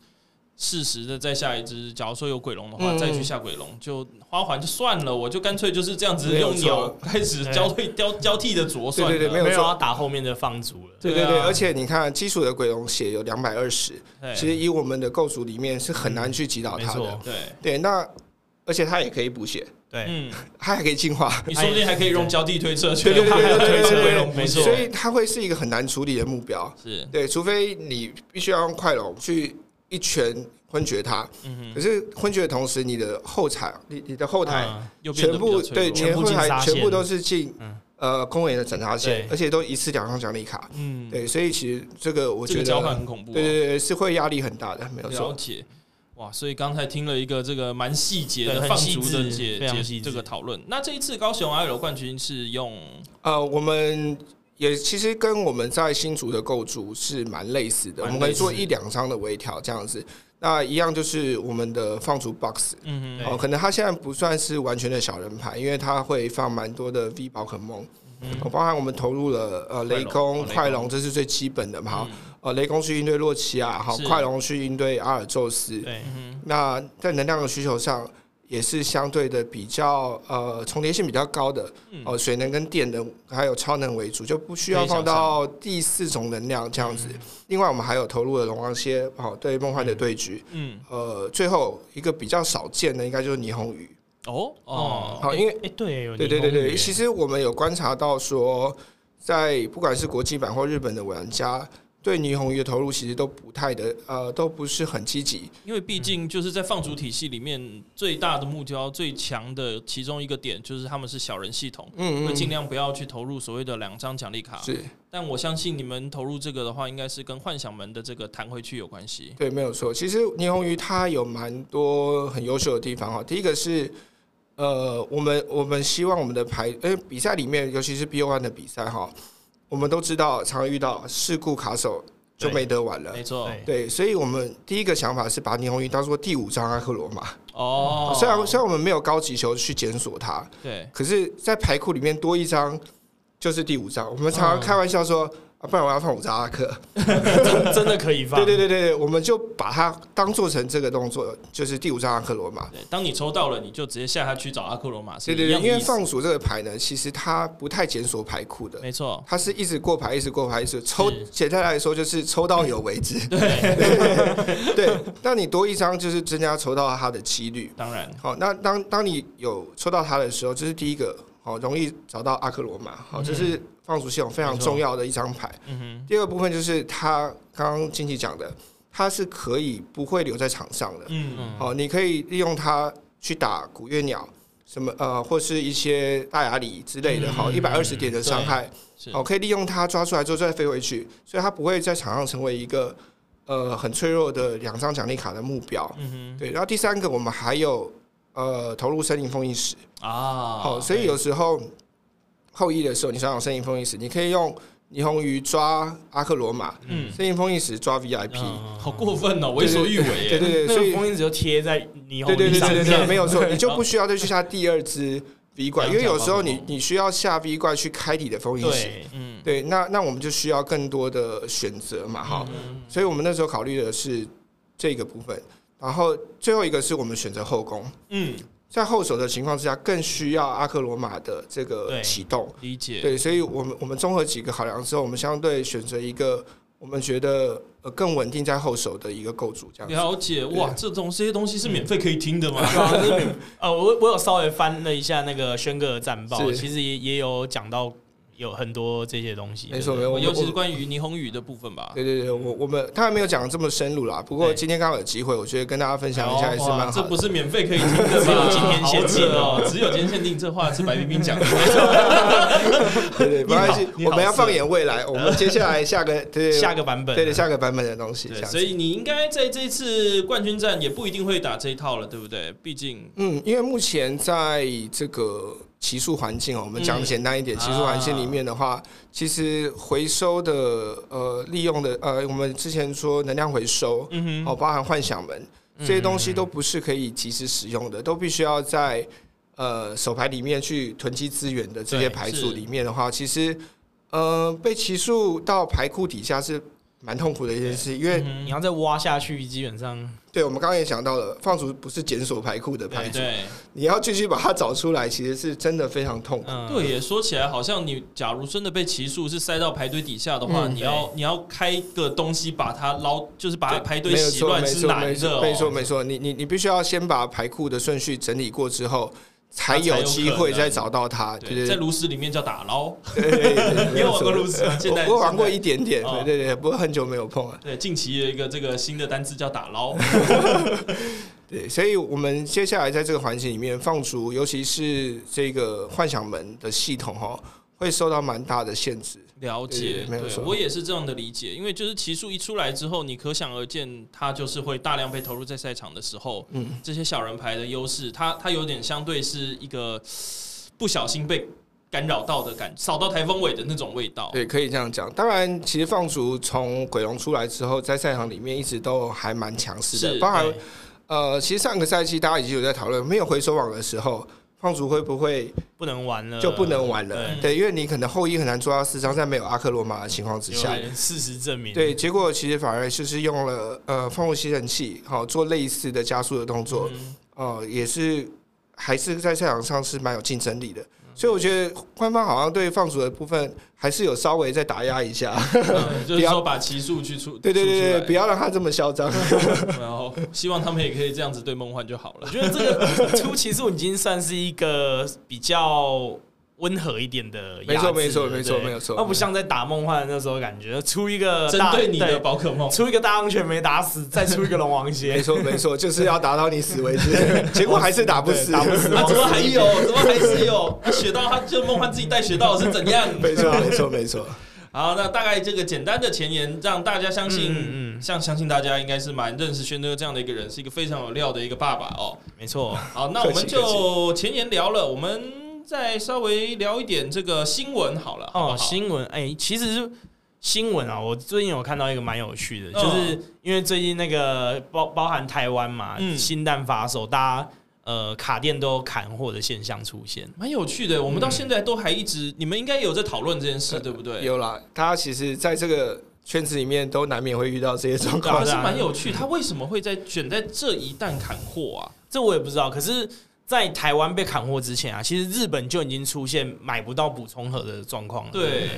Speaker 1: 适时的再下一只。假如说有鬼龙的话，
Speaker 4: 嗯
Speaker 1: 再去下鬼龙，就花环就算了，我就干脆就是这样子
Speaker 4: 没有
Speaker 1: 用鸟开始交替交交替的着算了。
Speaker 4: 对对对没有
Speaker 2: 呃没有
Speaker 4: 错
Speaker 2: 要打后面的放逐了。
Speaker 4: 对
Speaker 1: 对
Speaker 4: 对
Speaker 1: 啊嗯
Speaker 4: 对，而且你看基础的鬼龙血有两百二十，
Speaker 1: 对
Speaker 4: 其实以我们的构筑里面是很难去击倒
Speaker 2: 没
Speaker 4: 它的
Speaker 2: 错。，
Speaker 1: 对，
Speaker 4: 对，那而且它也可以补血，
Speaker 2: 对，
Speaker 1: 嗯，
Speaker 4: 它还可以进化。
Speaker 1: 你说不定还可以用交替推车去
Speaker 4: 哎对对对对对
Speaker 1: 推
Speaker 4: 对
Speaker 1: 鬼
Speaker 4: 对
Speaker 1: 龙，
Speaker 4: 对，
Speaker 1: 没错，
Speaker 4: 所以它会是一个很难处理的目标。
Speaker 1: 是
Speaker 4: 对，除非你必须要用快龙去一拳昏厥它，
Speaker 1: 嗯
Speaker 4: 可是昏厥的同时，你的后场、你你的后台
Speaker 2: 嗯
Speaker 1: 啊又变
Speaker 4: 全
Speaker 1: 得比
Speaker 4: 部
Speaker 1: 较脆
Speaker 4: 对
Speaker 1: 弱
Speaker 2: 全
Speaker 4: 前
Speaker 2: 部
Speaker 4: 后
Speaker 2: 进
Speaker 4: 台
Speaker 2: 杀
Speaker 4: 全部
Speaker 2: 线
Speaker 4: 都是进
Speaker 2: 嗯
Speaker 4: 呃公务员的斩杀线
Speaker 2: 对，
Speaker 4: 而且都一次两张奖励卡。
Speaker 1: 嗯，
Speaker 4: 对，所以其实这个我
Speaker 1: 这
Speaker 4: 觉
Speaker 1: 个
Speaker 4: 得
Speaker 1: 交换很恐怖哦。
Speaker 4: 对对对是会压力很大的，没有
Speaker 1: 了
Speaker 4: 错。
Speaker 1: 解。哇，所以刚才听了一个这个蛮细节
Speaker 2: 对
Speaker 1: 的
Speaker 2: 很
Speaker 1: 放
Speaker 2: 细
Speaker 1: 逐的
Speaker 2: 致
Speaker 1: 解
Speaker 2: 非常
Speaker 1: 解
Speaker 2: 细
Speaker 1: 这
Speaker 2: 致
Speaker 1: 个讨论。那这一次高雄 I L 冠军是用
Speaker 4: 呃，我们也其实跟我们在新竹的构筑是蛮类似的，我
Speaker 1: 蛮
Speaker 4: 们可以
Speaker 1: 类似
Speaker 4: 做一两张的微调这样子。那一样就是我们的放逐 box，
Speaker 1: 嗯
Speaker 2: 对
Speaker 4: 哦，可能他现在不算是完全的小人牌，因为他会放蛮多的 V 宝可梦，哦包含我们投入了呃
Speaker 1: 嗯龙
Speaker 4: 雷公、
Speaker 1: 哦雷
Speaker 4: 快
Speaker 1: 公
Speaker 4: 龙，这是最基本的嘛，哈
Speaker 1: 嗯
Speaker 4: 呃雷公去应对洛奇亚，好
Speaker 1: 是
Speaker 4: 快龙去应对阿尔宙斯，
Speaker 2: 对，
Speaker 1: 嗯
Speaker 4: 那在能量的需求上，也是相对的比较呃重叠性比较高的，
Speaker 1: 嗯
Speaker 4: 哦、水能跟电能还有超能为主，就不需要放到第四种能量这样子。另外，我们还有投入了龙王蝎，哦，对梦幻的对局，
Speaker 1: 嗯嗯，
Speaker 4: 呃，最后一个比较少见的应该就是霓虹鱼。
Speaker 1: 哦哦，
Speaker 4: 好，因为
Speaker 2: 哎、对，有柠
Speaker 4: 对对对
Speaker 2: 檬
Speaker 4: 对，
Speaker 2: 园
Speaker 4: 其实我们有观察到说，在不管是国际版或日本的玩家。对霓虹鱼的投入其实都不太的，呃，都不是很积极。
Speaker 1: 因为毕竟就是在放逐体系里面最大的目标、最强的其中一个点就是他们是小人系统，
Speaker 4: 嗯
Speaker 1: 会
Speaker 4: 嗯，
Speaker 1: 尽量不要去投入所谓的两张奖励卡。
Speaker 4: 是
Speaker 1: 但我相信你们投入这个的话，应该是跟幻想门的这个弹回去有关系。
Speaker 4: 对，没有错。其实霓虹鱼它有蛮多很优秀的地方哈。第一个是，呃，我们我们希望我们的牌，因为比赛里面，尤其是 BO One 的比赛哈，我们都知道常遇到事故卡手就
Speaker 2: 对
Speaker 4: 没得玩了。
Speaker 1: 没错，
Speaker 2: 对
Speaker 4: 对，所以我们第一个想法是把霓虹鱼当做第五张阿克罗马。
Speaker 1: 哦，
Speaker 4: 虽然虽然我们没有高级球去检索它，
Speaker 1: 对，
Speaker 4: 可是，在牌库里面多一张就是第五张。我们常常
Speaker 1: 嗯
Speaker 4: 开玩笑说，啊，不然我要放五张阿克。
Speaker 2: 真真的可以放，
Speaker 4: 对对对对对，我们就把它当做成这个动作，就是第五张阿克罗马。
Speaker 1: 对，当你抽到了，你就直接下下去找阿克罗马，是
Speaker 4: 对
Speaker 1: 一
Speaker 4: 对对，
Speaker 1: 样的
Speaker 4: 因为
Speaker 1: 意思。
Speaker 4: 放鼠这个牌呢，其实它不太检索牌库的，
Speaker 1: 没错，
Speaker 4: 它是一直过牌，一直过牌，一直抽
Speaker 2: 是。
Speaker 4: 简单来说，就是抽到有为止。
Speaker 1: 对，
Speaker 4: 对，那你多一张就是增加抽到它的几率。
Speaker 1: 当然，
Speaker 4: 好，那当当你有抽到它的时候，这是第一个，好容易找到阿克罗马，好，这是放鼠系统非常
Speaker 1: 嗯没错
Speaker 4: 重要的一张牌。
Speaker 1: 嗯哼，
Speaker 4: 第二个部分就是它刚刚经济讲的，它是可以不会留在场上的。
Speaker 1: 嗯，
Speaker 4: 哦，你可以利用它去打古月鸟，什么呃，或是一些大牙里之类的，
Speaker 1: 嗯
Speaker 4: 好，一百二十点的伤害，
Speaker 1: 是
Speaker 4: 好，可以利用它抓出来之后再飞回去，所以它不会在场上成为一个呃很脆弱的两张奖励卡的目标。
Speaker 1: 嗯
Speaker 4: 对，然后第三个我们还有呃投入森林封印石，
Speaker 1: 哼，啊，
Speaker 4: 好，所以有时候后羿的时候，你想想森林封印石，你可以用霓虹鱼抓阿克罗马，
Speaker 1: 嗯，
Speaker 4: 森林封印石抓 VIP，、
Speaker 2: 嗯
Speaker 1: 好过分哦，为所欲为
Speaker 4: 对
Speaker 1: 耶，
Speaker 4: 对对，
Speaker 2: 那
Speaker 4: 所以
Speaker 2: 个封印只就贴在霓虹
Speaker 4: 对对
Speaker 2: 衣
Speaker 4: 对
Speaker 2: 上
Speaker 4: 对对
Speaker 2: 面，
Speaker 4: 对，没有错，你就不需要再去下第二支 V 怪，因为有时候
Speaker 1: 两
Speaker 4: 你
Speaker 1: 脚
Speaker 4: 你需要下 V 怪去开你的封印石，
Speaker 2: 对
Speaker 1: 嗯，
Speaker 4: 对，那那我们就需要更多的选择嘛，哈，
Speaker 1: 嗯
Speaker 4: 所以我们那时候考虑的是这个部分，然后最后一个是我们选择后宫，
Speaker 1: 嗯，
Speaker 4: 在后手的情况之下，更需要阿克罗马的这个
Speaker 2: 对
Speaker 4: 启动，
Speaker 1: 理解，
Speaker 4: 对，所以我们我们综合几个考量之后，我们相对选择一个我们觉得呃更稳定在后手的一个构筑，这样子，
Speaker 1: 了解，哇，这种这些东西是免费可以听的 吗？
Speaker 4: 嗯
Speaker 2: 对啊就是免呃，我我有稍微翻了一下那个轩哥的战报，
Speaker 4: 是
Speaker 2: 其实也也有讲到有很多这些东西，
Speaker 4: 没错
Speaker 2: 对
Speaker 4: 没错，我们
Speaker 1: 尤其
Speaker 4: 我
Speaker 1: 是关于霓虹语的部分吧。
Speaker 4: 对对对，我我们当然没有讲得这么深入啦，不过
Speaker 2: 对
Speaker 4: 今天刚好有机会，我觉得跟大家分享一下也是
Speaker 1: 哦哇
Speaker 4: 蛮
Speaker 1: 这
Speaker 4: 好的。
Speaker 1: 不是免费可以听 的吧，
Speaker 2: 只有今天限定
Speaker 1: 好 恶哦，只有今天限定，这话是白冰冰讲 的，
Speaker 4: 对对，没关系，
Speaker 1: 你好
Speaker 4: 我们要放眼未来，我 们接下来下个对对
Speaker 2: 下个版本啊
Speaker 4: 对对下个版本的东西，这
Speaker 1: 对，
Speaker 4: 样
Speaker 1: 所
Speaker 4: 子。
Speaker 1: 以你应该在这次冠军战也不一定会打这一套了，对不对？毕竟
Speaker 4: 嗯，因为目前在这个奇数环境哦，我们讲
Speaker 1: 嗯啊
Speaker 4: 简单一点，奇数环境里面的话，其实回收的呃利用的呃，我们之前说能量回收，
Speaker 1: 嗯
Speaker 4: 哦，包含幻想门这些东西都不是可以及时使用的，都必须要在呃手牌里面去囤积资源的这些
Speaker 1: 对
Speaker 4: 牌
Speaker 1: 是
Speaker 4: 组里面的话，其实呃被奇数到牌库底下是蛮痛苦的一件事，因为
Speaker 2: 你
Speaker 1: 哼，
Speaker 2: 要再挖下去，基本上
Speaker 4: 对我们刚刚也讲到了，放逐不是检索牌库的牌组，
Speaker 1: 哎对。
Speaker 4: 你要继续把它找出来，其实是真的非常痛苦。
Speaker 2: 嗯，
Speaker 1: 对耶，说起来好像你假如真的被奇数是塞到排堆底下的话，
Speaker 4: 嗯
Speaker 1: 你要你要开个东西把它捞，就是把排堆
Speaker 4: 没有
Speaker 1: 洗
Speaker 4: 错，
Speaker 1: 乱
Speaker 4: 没
Speaker 1: 是
Speaker 4: 错，
Speaker 1: 难
Speaker 4: 没
Speaker 1: 的、
Speaker 4: 错，
Speaker 1: 哦，
Speaker 4: 没错，没错。你你你必须要先把牌库的顺序整理过之后，才有机会再找到它。对
Speaker 1: 对，
Speaker 4: 对
Speaker 1: 在
Speaker 4: 对
Speaker 1: 炉石里面叫打 捞，
Speaker 4: 对对对，
Speaker 1: 你
Speaker 4: 没
Speaker 1: 有
Speaker 4: 有
Speaker 1: 玩过
Speaker 4: 错
Speaker 1: 炉石吗？现在
Speaker 4: 我我玩过
Speaker 1: 现
Speaker 4: 一点点，
Speaker 1: 哦
Speaker 4: 对对对，不过很久没有碰了。
Speaker 1: 在对，近期有一个这个新的单字叫打捞，
Speaker 4: 对，所以我们接下来在这个环节里面放逐，尤其是这个幻想门的系统哈，会受到蛮大的限制。
Speaker 1: 了解
Speaker 4: 对，没有
Speaker 1: 对
Speaker 4: 错
Speaker 1: 我也是这样的理解，因为就是奇数一出来之后，你可想而知，它就是会大量被投入在赛场的时候，
Speaker 4: 嗯，
Speaker 1: 这些小人牌的优势，它它有点相对是一个不小心被干扰到的感，扫到台风尾的那种味道。
Speaker 4: 对，可以这样讲。当然，其实放逐从鬼龙出来之后，在赛场里面一直都还蛮强势
Speaker 1: 是
Speaker 4: 的，包含
Speaker 1: 对
Speaker 4: 呃，其实上个赛季大家已经有在讨论，没有回收网的时候。放逐会不会
Speaker 2: 不能玩了，
Speaker 4: 就不能玩了？
Speaker 1: 呃对
Speaker 4: 对，因为你可能后羿很难做到四张，在没有阿克罗马的情况之
Speaker 2: 有
Speaker 4: 下，
Speaker 2: 人事实证明，
Speaker 4: 对，结果其实反而就是用了呃放入吸尘器，好、做类似的加速的动作，
Speaker 1: 嗯
Speaker 4: 哦、也是还是在赛场上是蛮有竞争力
Speaker 1: 嗯
Speaker 4: 的。所以我觉得官方好像对放逐的部分还是有稍微再打压一下，
Speaker 1: 嗯就是
Speaker 4: 不要
Speaker 1: 说把奇数去出，
Speaker 4: 对对对对，
Speaker 1: 出
Speaker 4: 不
Speaker 1: 出来
Speaker 4: 要让他这么嚣张。
Speaker 1: 然后希望他们也可以这样子对梦幻就好
Speaker 2: 我
Speaker 1: 了。
Speaker 2: 觉得这个 出奇数已经算是一个比较温和一点的压制
Speaker 4: 没
Speaker 2: 了，
Speaker 4: 错没错没错
Speaker 2: 对
Speaker 4: 没有错
Speaker 2: 它
Speaker 1: 啊
Speaker 2: 不像在打梦幻那时候感觉出一个
Speaker 1: 针
Speaker 2: 大
Speaker 1: 对你的宝可梦，
Speaker 2: 出一个大浪拳没打死，再出一个龙王
Speaker 4: 没
Speaker 2: 蝎，
Speaker 4: 错没错，就是要打到你死为 止，结果还是打不
Speaker 2: 对。
Speaker 4: 死
Speaker 2: 打不死
Speaker 1: 啊，怎么还有？怎么还是有？那雪道他就梦幻自己带雪道是怎样？
Speaker 4: 没错没错没 错，
Speaker 1: 好，那大概这个简单的前言，让大家相信，
Speaker 2: 嗯嗯
Speaker 1: 像相信大家应该是蛮认识轩哥这样的一个人，是一个非常有料的一个爸爸哦。
Speaker 2: 没错，
Speaker 1: 好，那
Speaker 4: 客
Speaker 1: 我
Speaker 4: 气
Speaker 1: 们就前言聊了，我们再稍微聊一点这个新闻好了。好不好
Speaker 2: 哦，新闻哎、其实是新闻啊，我最近有看到一个蛮有趣的，
Speaker 1: 嗯
Speaker 2: 就是
Speaker 4: 哦
Speaker 2: 因为最近那个包包含台湾嘛，
Speaker 1: 嗯
Speaker 2: 新蛋发售，大家呃卡店都有砍货的现象出现。
Speaker 1: 蛮有趣的，我们到现在都还一直，你们应该有在讨论这件事，对不对？
Speaker 4: 嗯有啦，他其实在这个圈子里面都难免会遇到这些状
Speaker 1: 对啊，
Speaker 4: 况
Speaker 1: 还。是蛮有趣。他为什么会在选在这一弹砍货啊？
Speaker 2: 这我也不知道，可是，在台湾被砍货之前啊，其实日本就已经出现买不到补充盒的状况了。
Speaker 1: 对
Speaker 2: 不对，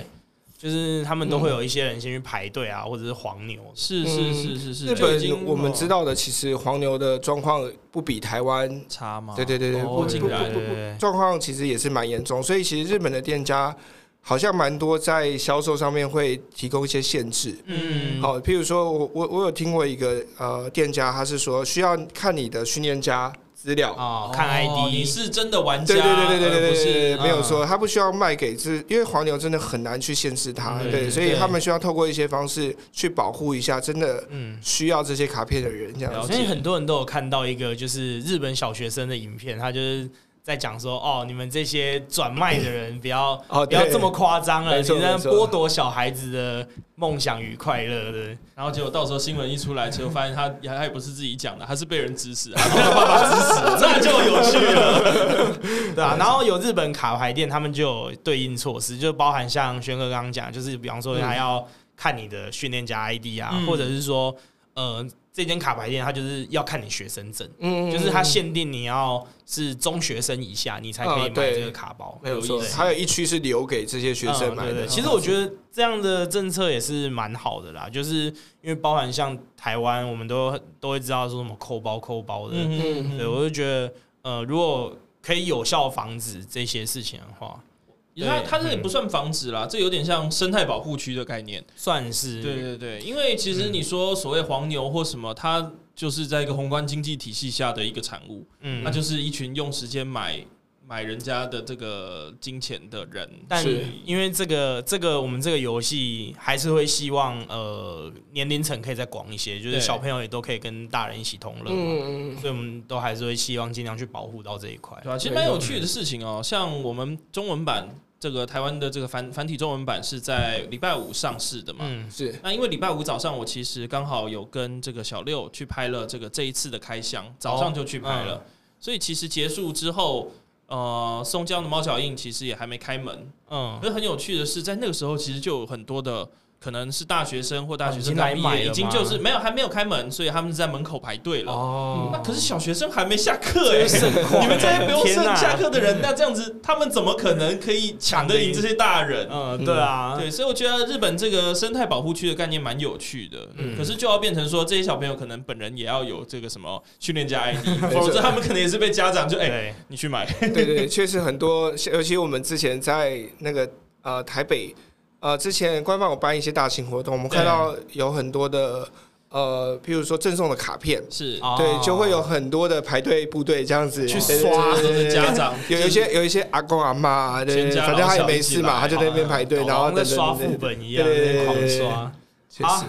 Speaker 2: 就是他们都会有一些人先去排队啊，或者是黄牛。
Speaker 1: 是是
Speaker 4: 嗯
Speaker 1: 是是是，
Speaker 4: 日
Speaker 1: 就已经
Speaker 4: 本我们知道的，其实黄牛的状况不比台湾，
Speaker 1: 差吗？
Speaker 4: 嗯对对对对，
Speaker 1: 哦
Speaker 4: 不
Speaker 1: 竟
Speaker 4: 不
Speaker 1: 然
Speaker 4: 不不，状况其实也是蛮严重，所以其实日本的店家好像蛮多在销售上面会提供一些限制。
Speaker 2: 嗯，
Speaker 4: 好，譬如说我我我有听过一个呃店家，他是说需要看你的训练家资料，
Speaker 2: 啊，呃看
Speaker 1: 哦
Speaker 2: ID，
Speaker 1: 你是真的玩家，
Speaker 4: 对对对对对
Speaker 1: 而不
Speaker 4: 对
Speaker 1: 是
Speaker 4: 对，没有
Speaker 2: 啊
Speaker 1: 嗯
Speaker 4: 错，他不需要卖给是，因为黄牛真的很难去限制它，
Speaker 2: 嗯
Speaker 4: 对，
Speaker 2: 对
Speaker 4: 所以他们需要透过一些方式去保护一下真的
Speaker 2: 嗯。
Speaker 4: 需要这些卡片的人，这样
Speaker 1: 了
Speaker 4: 子。
Speaker 1: 解
Speaker 2: 所以很多人都有看到一个就是日本小学生的影片，他就是在讲说，哦，你们这些转卖的人不要、
Speaker 4: 哦，
Speaker 2: 不要
Speaker 4: 对
Speaker 2: 这么夸张了，
Speaker 4: 没
Speaker 2: 你
Speaker 4: 错
Speaker 2: 这样
Speaker 4: 没错
Speaker 2: 剥夺小孩子的梦想与快乐的。
Speaker 1: 然后结果到时候新闻一出来，结果发现他他也不是自己讲的，他是被人指使，他被他爸爸指使，那就有趣了。
Speaker 2: 对啊，然后有日本卡牌店，他们就有对应措施，就包含像轩哥刚刚讲，就是比方说他要看你的训练家 ID 啊，
Speaker 1: 嗯
Speaker 2: 或者是说，呃，这间卡牌店他就是要看你学生证，
Speaker 4: 嗯，嗯
Speaker 2: 就是他限定你要是中学生以下，你才可
Speaker 1: 哦
Speaker 2: 以
Speaker 4: 啊
Speaker 2: 买
Speaker 4: 对
Speaker 2: 这个卡包。
Speaker 4: 没有错
Speaker 1: 有意，思
Speaker 4: 还有一区是留给这些学生买
Speaker 2: 嗯对对
Speaker 4: 的。啊
Speaker 2: 其实我觉得这样的政策也是蛮好的啦，就是因为包含像台湾，我们都都会知道说什么扣包扣包的，
Speaker 1: 嗯
Speaker 2: 对
Speaker 1: 嗯，
Speaker 2: 我就觉得呃，如果可以有效防止这些事情的话，
Speaker 1: 他他这也不算防止啦，这有点像生态保护区的概念。
Speaker 2: 算是
Speaker 1: 对对对，因为其实你说所谓黄牛或什么，它就是在一个宏观经济体系下的一个产物，
Speaker 2: 嗯
Speaker 1: 那，就是一群用时间买买人家的这个金钱的人。
Speaker 2: 但
Speaker 1: 所
Speaker 4: 是
Speaker 1: 以
Speaker 2: 因为这个这个我们这个游戏还是会希望呃年龄层可以再广一些，就是
Speaker 1: 对
Speaker 2: 小朋友也都可以跟大人一起同乐嘛，
Speaker 4: 嗯嗯
Speaker 2: 所以我们都还是会希望尽量去保护到这一块
Speaker 1: 对。啊，其实蛮有趣的事情哦。像我们中文版这个台湾的这个繁繁体中文版是在礼拜五上市的嘛？
Speaker 2: 嗯
Speaker 4: 嗯，，是
Speaker 1: 那因为礼拜五早上我其实刚好有跟这个小六去拍了这个这一次的开箱，早上就去拍
Speaker 2: 哦
Speaker 1: 了，所以其实结束之后。呃，松江的猫脚印其实也还没开门，
Speaker 2: 嗯
Speaker 1: 可，是很有趣的是，在那个时候其实就有很多的可能是大学生或大学生
Speaker 2: 哦已经来
Speaker 1: 刚毕
Speaker 2: 买
Speaker 1: 业，
Speaker 2: 了
Speaker 1: 已经
Speaker 2: 吗
Speaker 1: 就是没有还没有开门，所以他们是在门口排队了。嗯
Speaker 2: 哦
Speaker 1: 那可是小学生还没下课哎、
Speaker 2: 盛 况
Speaker 1: 你们这些不用
Speaker 2: 天
Speaker 1: 上
Speaker 2: 哪
Speaker 1: 下课的人，那这样子他们怎么可能可以抢得赢这些大人？
Speaker 2: 嗯，对啊，
Speaker 4: 哎
Speaker 1: 对，所以我觉得日本这个生态保护区的概念蛮有趣的，
Speaker 2: 嗯
Speaker 1: 可是就要变成说这些小朋友可能本人也要有这个什么训 练家 ID，
Speaker 4: 错
Speaker 1: 否则他们可能也是被家长就哎、
Speaker 2: 对，
Speaker 1: 你去买，
Speaker 4: 对对，对确实很多，尤其我们之前在那个呃台北，呃之前官方有办一些大型活动，我们
Speaker 1: 对
Speaker 4: 看到有很多的呃，譬如说赠送的卡片，
Speaker 1: 是
Speaker 2: 哦
Speaker 4: 对，就会有很多的排队部队这样子
Speaker 1: 去
Speaker 4: 啊对对对
Speaker 1: 刷
Speaker 4: 对
Speaker 1: 都
Speaker 4: 对
Speaker 1: 是
Speaker 4: 对
Speaker 1: 家长，
Speaker 4: 有有一些有一些阿公阿妈，对，
Speaker 1: 全
Speaker 4: 对
Speaker 1: 家
Speaker 4: 反正他也
Speaker 1: 老小
Speaker 4: 没
Speaker 1: 一起
Speaker 4: 事嘛，
Speaker 1: 来哦
Speaker 4: 他就在那边排队，然
Speaker 2: 好
Speaker 4: 后
Speaker 2: 哦像在
Speaker 4: 等等
Speaker 2: 刷
Speaker 4: 等
Speaker 2: 副
Speaker 4: 等，
Speaker 2: 本一样，
Speaker 4: 对
Speaker 2: 在
Speaker 4: 对对
Speaker 2: 狂
Speaker 4: 对对
Speaker 2: 刷。
Speaker 4: 确实
Speaker 1: 啊
Speaker 2: 好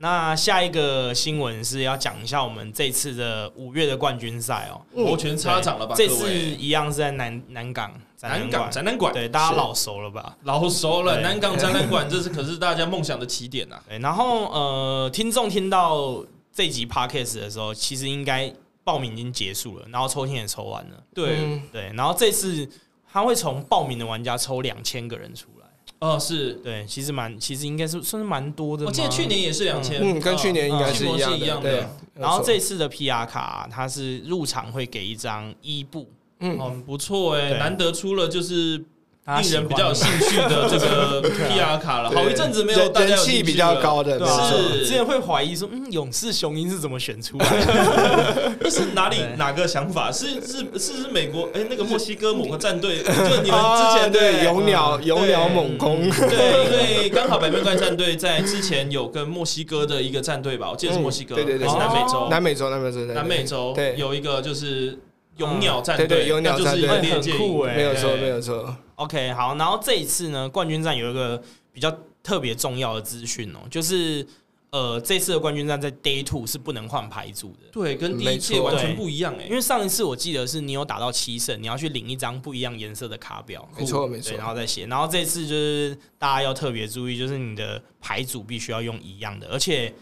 Speaker 2: 那下一个新闻是要讲一下我们这次的五月的冠军赛哦，
Speaker 1: 摩拳擦掌了吧？
Speaker 2: 这
Speaker 1: 各
Speaker 2: 次
Speaker 1: 位
Speaker 2: 一样是在南南港展
Speaker 1: 南
Speaker 2: 览
Speaker 1: 港
Speaker 2: 馆，
Speaker 1: 展览馆
Speaker 2: 对，大家
Speaker 4: 是
Speaker 2: 老熟了吧？
Speaker 1: 老熟了，
Speaker 2: 对
Speaker 1: 南港展 览馆这是可是大家梦想的起点啊呐、
Speaker 2: 对，然后呃，听众听到这集 podcast 的时候，其实应该报名已经结束了，然后抽签也抽完了，
Speaker 1: 对，
Speaker 4: 嗯
Speaker 2: 对，然后这次他会从报名的玩家抽两千个人出来。
Speaker 1: 哦是，
Speaker 2: 对，其实蛮，其实应该是算是蛮多的嘛。
Speaker 1: 我记得去年也是两千、
Speaker 4: 嗯，跟去年应该是一
Speaker 1: 嗯
Speaker 4: 样
Speaker 1: 一模是一样
Speaker 4: 的，
Speaker 1: 的
Speaker 4: 对。
Speaker 2: 然后
Speaker 4: 没错
Speaker 2: 这次的 PR 卡、它是入场会给一张伊布，
Speaker 4: 嗯
Speaker 1: 哦很不错哎、
Speaker 2: 对
Speaker 1: 难得出了就是
Speaker 2: 大家
Speaker 1: 令
Speaker 2: 喜欢
Speaker 1: 人比较有兴趣的这 个 PR 卡了，好一阵子没有大家有
Speaker 4: 人
Speaker 1: 兴
Speaker 4: 气
Speaker 1: 趣
Speaker 4: 比较
Speaker 1: 了
Speaker 4: 高的，
Speaker 2: 对
Speaker 4: 没
Speaker 2: 啊
Speaker 4: 错
Speaker 1: 是
Speaker 2: 之前会怀疑说，嗯，勇士雄鹰是怎么选出来的？
Speaker 1: 这是哪里
Speaker 2: 对
Speaker 1: 哪个想法？是是是是美国哎、那个墨西哥某个战队，就你们
Speaker 4: 啊
Speaker 1: 之前
Speaker 4: 对
Speaker 1: 对嗯
Speaker 4: 有鸟有鸟猛攻，
Speaker 1: 对，因为刚好百变怪战队在之前有跟墨西哥的一个战队吧，我记得是墨西哥，
Speaker 4: 嗯对对对
Speaker 1: 还是南美洲，
Speaker 4: 南美洲南美洲
Speaker 1: 南美洲
Speaker 4: 对啊
Speaker 1: 有一个就是勇鸟战
Speaker 4: 对
Speaker 1: 队，
Speaker 4: 对有鸟
Speaker 1: 那就是
Speaker 4: 战
Speaker 1: 一
Speaker 4: 队嗯
Speaker 1: 个练界
Speaker 2: 很酷哎
Speaker 4: 没有错
Speaker 1: 对
Speaker 4: 没有错，
Speaker 2: OK，好， 然后这一次呢，冠军战有一个比较特别重要的资讯哦，就是呃，这次的冠军战在 Day Two 是不能换牌组的，
Speaker 1: 对，跟第一
Speaker 4: 没
Speaker 1: 届
Speaker 4: 错
Speaker 1: 完全不一样哎、
Speaker 2: 因为上一次我记得是你有打到七胜，你要去领一张不一样颜色的卡表，
Speaker 4: 没错
Speaker 2: 对
Speaker 4: 没错
Speaker 2: 然后再写，然后这次就是大家要特别注意，就是你的牌组必须要用一样的，而且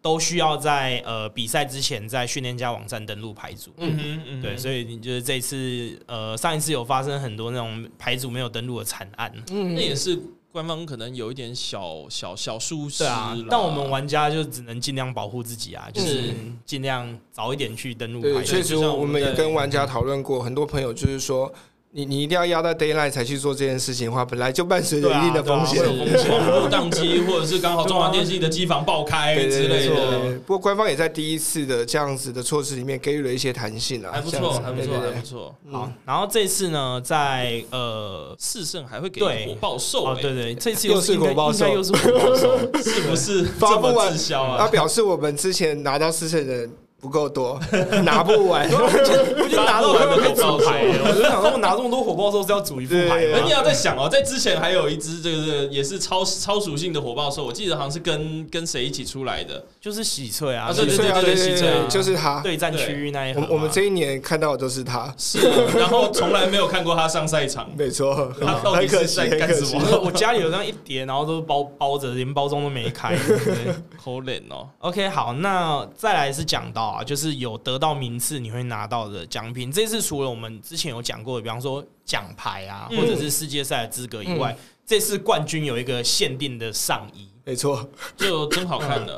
Speaker 2: 都需要在呃比赛之前在训练家网站登录牌组。
Speaker 1: 嗯哼嗯哼
Speaker 2: 对，所以你就是这一次，呃，上一次有发生很多那种牌组没有登录的惨案，
Speaker 4: 嗯
Speaker 1: 那也是官方可能有一点小小小疏失
Speaker 2: 对
Speaker 1: 啦
Speaker 2: 啊，但我们玩家就只能尽量保护自己啊，就是尽量早一点去登录
Speaker 4: 对，
Speaker 2: 牌
Speaker 4: 确
Speaker 2: 组。
Speaker 4: 实
Speaker 1: 就像
Speaker 4: 我
Speaker 1: 我
Speaker 4: 们
Speaker 1: 们
Speaker 4: 也
Speaker 1: 在
Speaker 4: 跟玩家讨论过，很多朋友就是说。你你一定要压到 d a y l i g h t 才去做这件事情的话，本来就伴随着一定的
Speaker 2: 对啊
Speaker 4: 风
Speaker 1: 会
Speaker 4: 险，
Speaker 1: 有风险，网络宕机，或者是刚好中华电信的机房爆开
Speaker 4: 对啊
Speaker 1: 之类
Speaker 4: 对对
Speaker 1: 的，
Speaker 4: 对不过官方也在第一次的这样子的措施里面给予了一些弹性啊，
Speaker 1: 还不
Speaker 4: 这样
Speaker 1: 错，
Speaker 4: 子
Speaker 1: 还不错，
Speaker 4: 对
Speaker 1: 还
Speaker 4: 对
Speaker 1: 不
Speaker 4: 对
Speaker 1: 错。
Speaker 2: 好，然后这次呢，在呃，
Speaker 1: 四胜还会给
Speaker 2: 对
Speaker 1: 火爆兽、
Speaker 2: 哦
Speaker 1: 哎，
Speaker 2: 对对，这次
Speaker 4: 嗯又
Speaker 2: 又
Speaker 4: 是
Speaker 2: 应该
Speaker 4: 火爆
Speaker 2: 应该
Speaker 4: 兽
Speaker 2: 又是火爆兽，
Speaker 1: 是不是
Speaker 4: 发
Speaker 1: 这
Speaker 4: 不
Speaker 1: 么
Speaker 4: 完
Speaker 1: 滞销
Speaker 4: 他
Speaker 1: 啊？
Speaker 4: 表示我们之前拿到四胜的人不够多， 拿 不完。
Speaker 2: 我就拿到快要被组牌了，我就想说，我拿这么多火爆兽是要组一副牌
Speaker 4: 对
Speaker 1: 那你
Speaker 2: 吗？
Speaker 1: 要在想哦，在之前还有一只这个也是超超属性的火爆兽，我记得好像是跟跟谁一起出来的，
Speaker 2: 就是喜翠啊，
Speaker 1: 啊
Speaker 2: 就
Speaker 1: 对
Speaker 2: 是
Speaker 1: 对
Speaker 4: 啊对
Speaker 1: 喜
Speaker 4: 对
Speaker 1: 翠啊
Speaker 4: 对，就是他。
Speaker 2: 对战区域那一啊
Speaker 4: 我
Speaker 2: 盒嘛。
Speaker 4: 我们这一年看到的都是他，
Speaker 1: 是，然后从来没有看过他上赛场，
Speaker 4: 没错，
Speaker 1: 他到
Speaker 4: 很
Speaker 1: 底
Speaker 4: 可
Speaker 1: 是
Speaker 4: 惜，
Speaker 1: 在
Speaker 4: 很
Speaker 1: 干
Speaker 4: 可
Speaker 1: 什
Speaker 4: 惜。
Speaker 1: 么？
Speaker 2: 我家里有这样一叠，然后都包包着，连包装都没开。对
Speaker 1: 抠脸哦，
Speaker 2: OK，好，那再来是讲到啊，就是有得到名次你会拿到的奖品。这次除了我们之前有讲过的，比方说奖牌啊，
Speaker 1: 嗯
Speaker 2: 或者是世界赛的资格以外，这次冠军有一个限定的上衣，
Speaker 4: 没
Speaker 1: 啊
Speaker 4: 错，
Speaker 1: 就真好看的，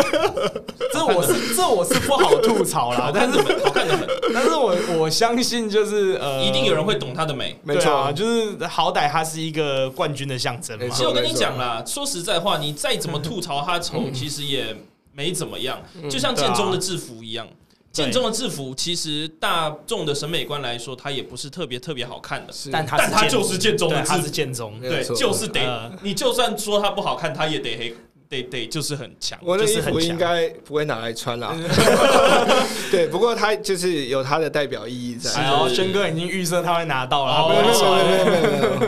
Speaker 2: 这我是这我是不好吐槽啦
Speaker 1: 好，看
Speaker 2: 但是
Speaker 1: 的很，好看的很，
Speaker 2: 但是我我相信就是呃，
Speaker 1: 一定有人会懂他的美。
Speaker 4: 没
Speaker 2: 对
Speaker 4: 错，
Speaker 2: 啊，就是好歹它是一个冠军的象征
Speaker 4: 没
Speaker 2: 嘛
Speaker 1: 其
Speaker 4: 错。
Speaker 1: 实我跟你讲啦，说实在话，你再怎么吐槽他丑，其实也没怎么样，就像建中的制服一样。
Speaker 2: 对
Speaker 1: 建中的制服，其实大众的审美观来说，它也不是特别特别好看的。
Speaker 4: 是
Speaker 2: 但他
Speaker 1: 但它就是建中的
Speaker 2: 对，
Speaker 1: 制
Speaker 2: 他
Speaker 1: 服
Speaker 2: 是建中，
Speaker 4: 没有
Speaker 1: 对，
Speaker 4: 错
Speaker 1: 就是得
Speaker 2: 呃
Speaker 1: 你就算说它不好看，它也得黑，得得就是很 强。嗯
Speaker 4: 我那
Speaker 2: 就
Speaker 4: 衣
Speaker 2: 是很
Speaker 4: 服应
Speaker 2: 强
Speaker 4: 该不会拿来穿啦。 对，不过它就是有它的代表意义在。
Speaker 2: 然后哎轩哥已经预设他会拿到了，他
Speaker 1: 哦
Speaker 2: 不
Speaker 4: 没有
Speaker 2: 会
Speaker 4: 没
Speaker 2: 说
Speaker 4: 有没有没有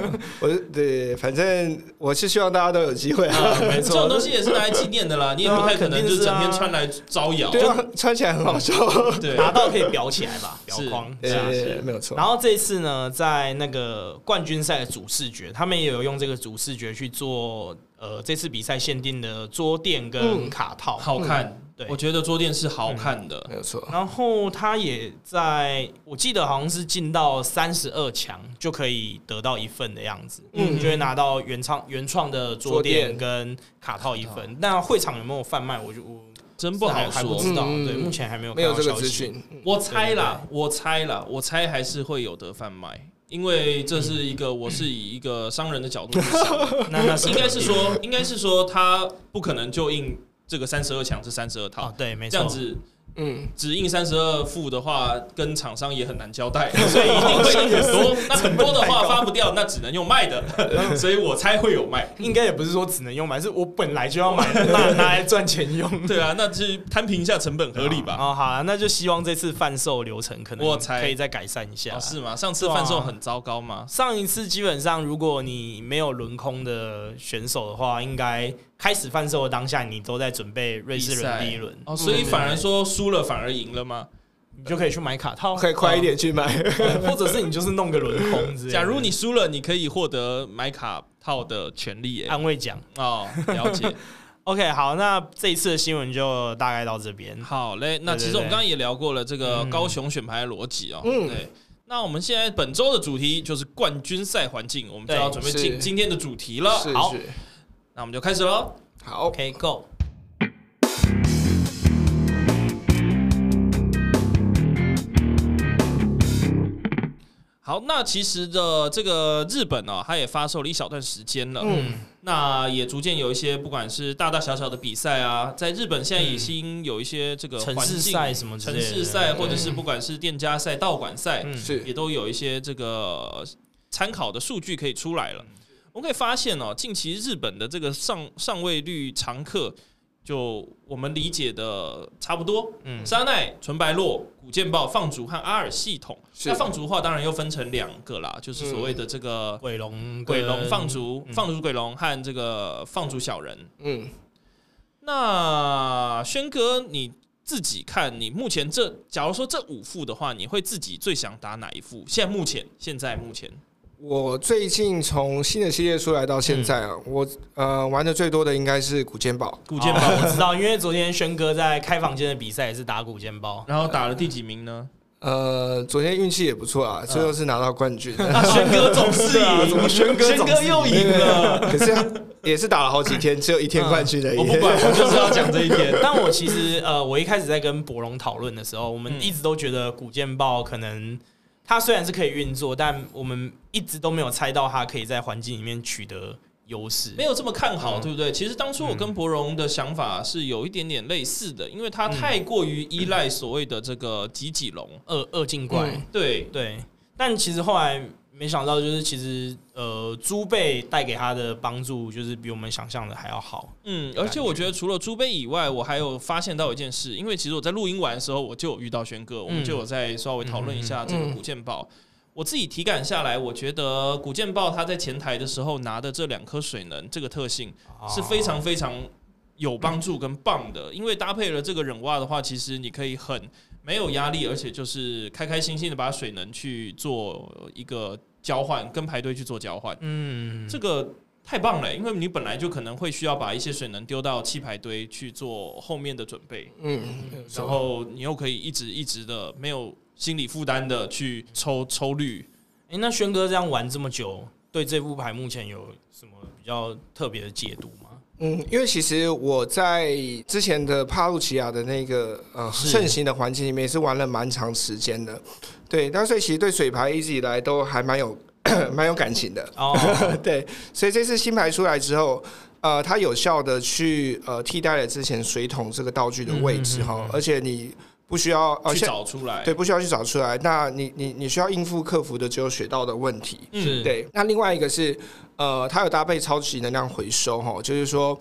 Speaker 4: 没有，我是对，反正我是希望大家都有机会啊。
Speaker 1: 啊没错，这种东西也是拿来纪念的啦，你也不太可能就整天穿来招摇。
Speaker 4: 对啊，穿起来很好笑。
Speaker 1: 对，
Speaker 2: 拿到可以裱起来吧，裱
Speaker 1: 是
Speaker 2: 框。
Speaker 4: 对
Speaker 2: 是啊
Speaker 4: 对，对没有错
Speaker 2: 然。后这一次呢，在那个冠军赛的主视觉，他们也有用这个主视觉去做呃这次比赛限定的桌垫
Speaker 4: 嗯
Speaker 2: 跟卡套。
Speaker 1: 好看
Speaker 2: 对。
Speaker 1: 我觉得桌垫是好看的，
Speaker 4: 没有错，
Speaker 2: 然后他也在，我记得好像是进到三十二强就可以得到一份的样子，嗯，就会拿到原创原创的桌垫
Speaker 4: 桌垫
Speaker 2: 跟卡套一份。那会场有没有贩卖？我就我
Speaker 1: 真不好
Speaker 2: 还还不
Speaker 1: 说。
Speaker 2: 知道，
Speaker 4: 嗯
Speaker 2: 对，目前还没有
Speaker 4: 没有
Speaker 2: 看到
Speaker 4: 这个
Speaker 2: 消
Speaker 4: 资
Speaker 2: 息。
Speaker 4: 讯。
Speaker 1: 我猜啦，我猜啦，我猜还是会有得贩卖，因为这是一个我是以一个商人的角度去想，
Speaker 2: 那那 是
Speaker 1: 应该是 说，应该是说他不可能就印这个三十二强这三十二
Speaker 2: 哦
Speaker 1: 套，，
Speaker 2: 对，没
Speaker 1: 这
Speaker 2: 错，
Speaker 1: 样子
Speaker 4: 嗯，
Speaker 1: 只印三十二副的话，跟厂商也很难交 代，所以一定会印很多。那很多的话发不掉，那只能用卖 的，所以我猜会有卖。
Speaker 2: 应该也不是说只能用买，是我本来就要买， 拿拿来赚钱用。
Speaker 1: 对啊，那是摊平一下成本合理吧？
Speaker 2: 哦，好嗯 啊、那就希望这次贩售流程可能
Speaker 1: 我猜
Speaker 2: 可以再改善一下。
Speaker 1: 哦，是吗？上次贩售很糟糕吗？
Speaker 2: 上一次基本上，如果你没有轮空的选手的话，应该开始贩售的当下，你都在准备瑞士
Speaker 1: 比赛
Speaker 2: 人第一轮，
Speaker 1: 哦，所以反而说输了反而赢了吗？
Speaker 2: 你就可以去买卡套，
Speaker 4: 可以快一点去买。
Speaker 2: 对， 或者是你就是弄个轮空之类的。
Speaker 1: 假如你输了，你可以获得买卡套的权利、欸。
Speaker 2: 安慰奖
Speaker 1: 哦，了解。
Speaker 2: ，OK，好，那这一次的新闻就大概到这边。
Speaker 1: 好嘞，那
Speaker 2: 对对
Speaker 1: 其实我们刚刚也聊过了这个
Speaker 2: 嗯
Speaker 1: 高雄选牌的逻辑哦。
Speaker 4: 嗯
Speaker 1: 对。那我们现在本周的主题就是冠军赛环境，我们就
Speaker 2: 对
Speaker 1: 要准备进
Speaker 4: 是
Speaker 1: 今天的主题了。
Speaker 4: 是
Speaker 1: 好，
Speaker 4: 是，
Speaker 1: 那我们就开始喽。
Speaker 4: 好，
Speaker 2: OK，Go、
Speaker 1: 好，那其实的这个日本呢、它也发售了一小段时间了，嗯，那也逐渐有一些不管是大大小小的比赛啊，在日本现在已经有一些这个
Speaker 2: 城
Speaker 1: 环
Speaker 2: 市
Speaker 1: 境
Speaker 2: 赛什么之
Speaker 1: 城
Speaker 2: 类的
Speaker 1: 市赛，或者是不管是店家赛、道馆赛，
Speaker 2: 嗯
Speaker 4: 是
Speaker 1: 也都有一些这个参考的数据可以出来了。我们可以发现哦，近期日本的这个上上位率常客，就我们理解的差不多。嗯，沙奈、纯白洛、古剑豹、放逐和阿尔系统。
Speaker 4: 是
Speaker 1: 那放逐的话，当然又分成两个啦，就是所谓的这个
Speaker 2: 鬼龙
Speaker 1: 鬼龙
Speaker 2: 跟
Speaker 1: 放逐、放逐鬼龙和这个放逐小人。
Speaker 4: 嗯，
Speaker 1: 那轩哥，你自己看，你目前这，假如说这五副的话，你会自己最想打哪一副？现在目前，现在目前，
Speaker 4: 我最近从新的系列出来到现在啊，我呃玩的最多的应该是古剑堡，
Speaker 1: 古剑
Speaker 2: 包
Speaker 1: 豹，，
Speaker 2: 我知道，因为昨天轩哥在开房间的比赛也是打古剑包
Speaker 1: 然后打了第几名呢？
Speaker 4: 呃，昨天运气也不错啊，最后是拿到冠军。
Speaker 1: 啊，轩哥总是
Speaker 2: 对啊
Speaker 1: 赢，
Speaker 2: 怎么轩哥
Speaker 1: 轩
Speaker 2: 总是
Speaker 1: 哥又赢了？
Speaker 4: 可是也是打了好几天，只有一天冠军而已。
Speaker 1: 我不管，我就是要讲这一点。
Speaker 2: 但我其实呃，我一开始在跟博龙讨论的时候，我们
Speaker 1: 嗯
Speaker 2: 一直都觉得古剑豹可能它虽然是可以运作，但我们一直都没有猜到它可以在环境里面取得优势。
Speaker 1: 没有这么看好，对不对？其实当初我跟博荣的想法是有一点点类似的，因为他太过于依赖所谓的这个吉几龙，
Speaker 2: 恶恶境怪，
Speaker 4: 嗯
Speaker 1: 对，
Speaker 2: 对。但其实后来没想到，就是其实呃，猪贝带给他的帮助，就是比我们想象的还要好。
Speaker 1: 嗯，而且我觉得除了猪背以外，我还有发现到一件事，因为其实我在录音完的时候，我就有遇到轩哥，我们就有在稍微讨论一下这个古剑豹。我自己体感下来，我觉得古剑豹它在前台的时候拿的这两颗水能这个特性
Speaker 2: 啊
Speaker 1: 是非常非常有帮助跟棒的，因为搭配了这个忍蛙的话，其实你可以很没有压力，而且就是开开心心的把水能去做一个交换，跟排队去做交换。
Speaker 2: 嗯，
Speaker 1: 这个太棒了，因为你本来就可能会需要把一些水能丢到气排堆去做后面的准备，
Speaker 4: 嗯，没有错
Speaker 1: 然后你又可以一直一直的没有心理负担的去抽抽绿。
Speaker 2: 哎、那轩哥这样玩这么久，对这副牌目前有什么比较特别的解读吗？
Speaker 4: 嗯，因为其实我在之前的帕路奇亚的那个呃
Speaker 2: 是
Speaker 4: 盛行的环境里面也是玩了蛮长时间的，对，那所以其实对水牌一直以来都还蛮有 蛮有感情的，
Speaker 2: 哦，
Speaker 4: 对，所以这次新牌出来之后，呃，它有效的去呃替代了之前水桶这个道具的位置
Speaker 1: 嗯
Speaker 4: 哈、而且你不需要呃
Speaker 1: 去
Speaker 4: 现
Speaker 1: 找出来，
Speaker 4: 对不需要去找出来，那你你你需要应付克服的只有水道的问题，
Speaker 2: 是，
Speaker 4: 对，那另外一个是，呃，它有搭配超级能量回收哈，就是说，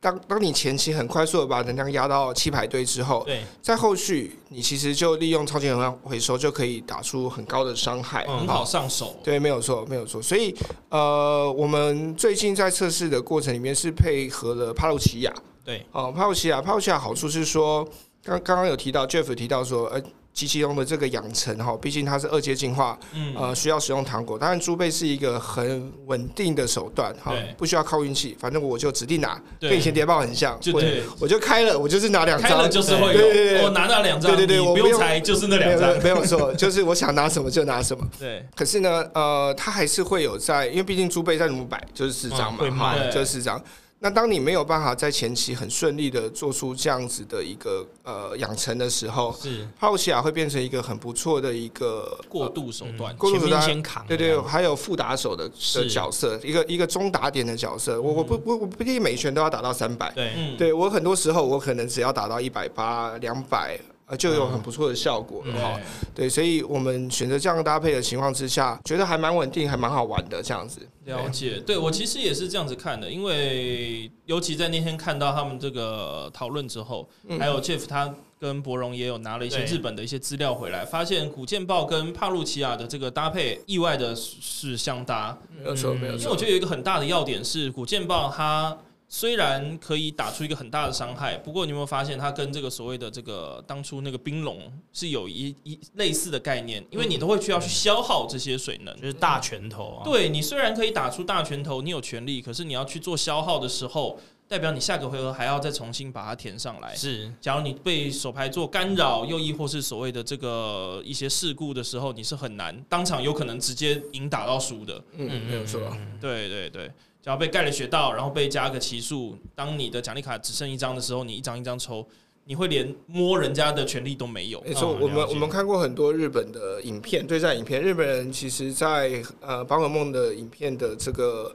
Speaker 4: 当当你前期很快速的把能量压到七排堆之后，
Speaker 2: 对，
Speaker 4: 在后续你其实就利用超级能量回收就可以打出很高的伤害，
Speaker 2: 嗯
Speaker 1: 很好上手。
Speaker 4: 对，没有错，没有错。所以，呃，我们最近在测试的过程里面是配合了帕路奇亚，
Speaker 2: 对，
Speaker 4: 哦，帕路奇亚，帕路奇亚好处是说，刚刚刚有提到 Jeff 有提到说，呃，机器用的这个养成哈，毕竟它是二阶进化，
Speaker 1: 嗯
Speaker 4: 呃，需要使用糖果。当然，猪背是一个很稳定的手段哈
Speaker 1: 对，
Speaker 4: 不需要靠运气，反正我就指定拿，
Speaker 1: 对
Speaker 4: 跟以前谍报很像，
Speaker 1: 就
Speaker 4: 我
Speaker 1: 对
Speaker 4: 我就开了，我就是拿两
Speaker 1: 开了
Speaker 4: 张。
Speaker 1: 就是会
Speaker 4: 对对对
Speaker 1: 有，我哦拿到两张，
Speaker 4: 对对对
Speaker 1: 你
Speaker 4: 我
Speaker 1: 不
Speaker 4: 不
Speaker 1: 用
Speaker 4: 用
Speaker 1: 猜，就是那
Speaker 4: 没
Speaker 1: 两
Speaker 4: 有没有
Speaker 1: 张。
Speaker 4: 没有错，就是我想拿什么就拿什么。
Speaker 1: 对，
Speaker 4: 可是呢，呃，它还是会有在，因为毕竟猪背在五百就是四张
Speaker 2: 嗯
Speaker 4: 嘛
Speaker 2: 会，
Speaker 4: 哈、
Speaker 1: 慢
Speaker 4: 就是四张。那当你没有办法在前期很顺利的做出这样子的一个呃养成的时候，
Speaker 2: 是
Speaker 4: 帕鲁西亚会变成一个很不错的一个
Speaker 1: 过渡手段
Speaker 2: 嗯，
Speaker 4: 过渡
Speaker 2: 前
Speaker 4: 手
Speaker 2: 面
Speaker 4: 段
Speaker 2: 先扛，
Speaker 4: 对对，，还有副打手的
Speaker 2: 是
Speaker 4: 的角色，一个一个中打点的角色。我我不我我不一定每拳都要打到三百，
Speaker 2: 对，
Speaker 1: 嗯，
Speaker 4: 对我很多时候我可能只要打到一百八、两百，呃，
Speaker 1: 嗯
Speaker 4: 就有很不错的效果了
Speaker 1: 对，
Speaker 4: 哈。对，所以我们选择这样搭配的情况之下，觉得还蛮稳定，还蛮好玩的这样子。
Speaker 1: 了解，对我其实也是这样子看的，因为尤其在那天看到他们这个讨论之后，还有 Jeff 他跟博荣也有拿了一些
Speaker 2: 对
Speaker 1: 日本的一些资料回来，发现古剑豹跟帕路奇亚的这个搭配意外的是相搭，
Speaker 4: 没有错，没有
Speaker 1: 因为我
Speaker 4: 错。
Speaker 1: 觉得有一个很大的要点是古剑豹它。虽然可以打出一个很大的伤害，不过你有没有发现它跟这个所谓的这个当初那个冰龙是有一一类似的概念？因为你都会需要去消耗这些水能，
Speaker 2: 就是大拳头啊，
Speaker 1: 对你虽然可以打出大拳头，你有权利，可是你要去做消耗的时候，代表你下个回合还要再重新把它填上来。
Speaker 2: 是，
Speaker 1: 假如你被手牌做干扰，又亦或是所谓的这个一些事故的时候，你是很难当场有可能直接赢打到输的。
Speaker 4: 嗯，没有错。
Speaker 1: 对对对，只要被盖了雪道，然后被加个奇数，当你的奖励卡只剩一张的时候，你一张一张抽，你会连摸人家的权利都没有。
Speaker 4: 没错，
Speaker 2: 嗯
Speaker 4: 我们
Speaker 2: 了解
Speaker 4: 我们看过很多日本的影片，对战影片。日本人其实在，呃宝可梦的影片的这个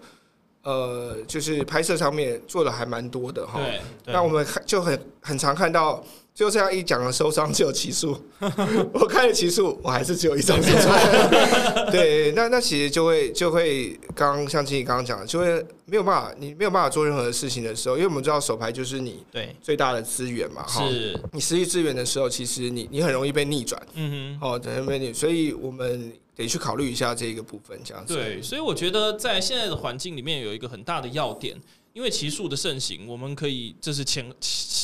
Speaker 4: 呃，就是拍摄上面做的还蛮多的哈。
Speaker 1: 对，
Speaker 2: 对
Speaker 4: 那我们看就很很常看到，就这样一讲了受伤就有 奇数，我开了奇数，我还是只有一张受伤。 对，那那其实就会就会刚刚像经理刚刚讲的，就会没有办法，你没有办法做任何事情的时候，因为我们知道手牌就是你
Speaker 2: 对，
Speaker 4: 最大的资源嘛，哈。
Speaker 1: 是，
Speaker 4: 你失去资源的时候，其实你你很容易被逆转，
Speaker 1: 嗯哼。
Speaker 4: 哦，很容易被逆，所以我们得去考虑一下这个部分，这样子。
Speaker 1: 对，所以我觉得在现在的环境里面有一个很大的要点，因为奇数的盛行，我们可以这是前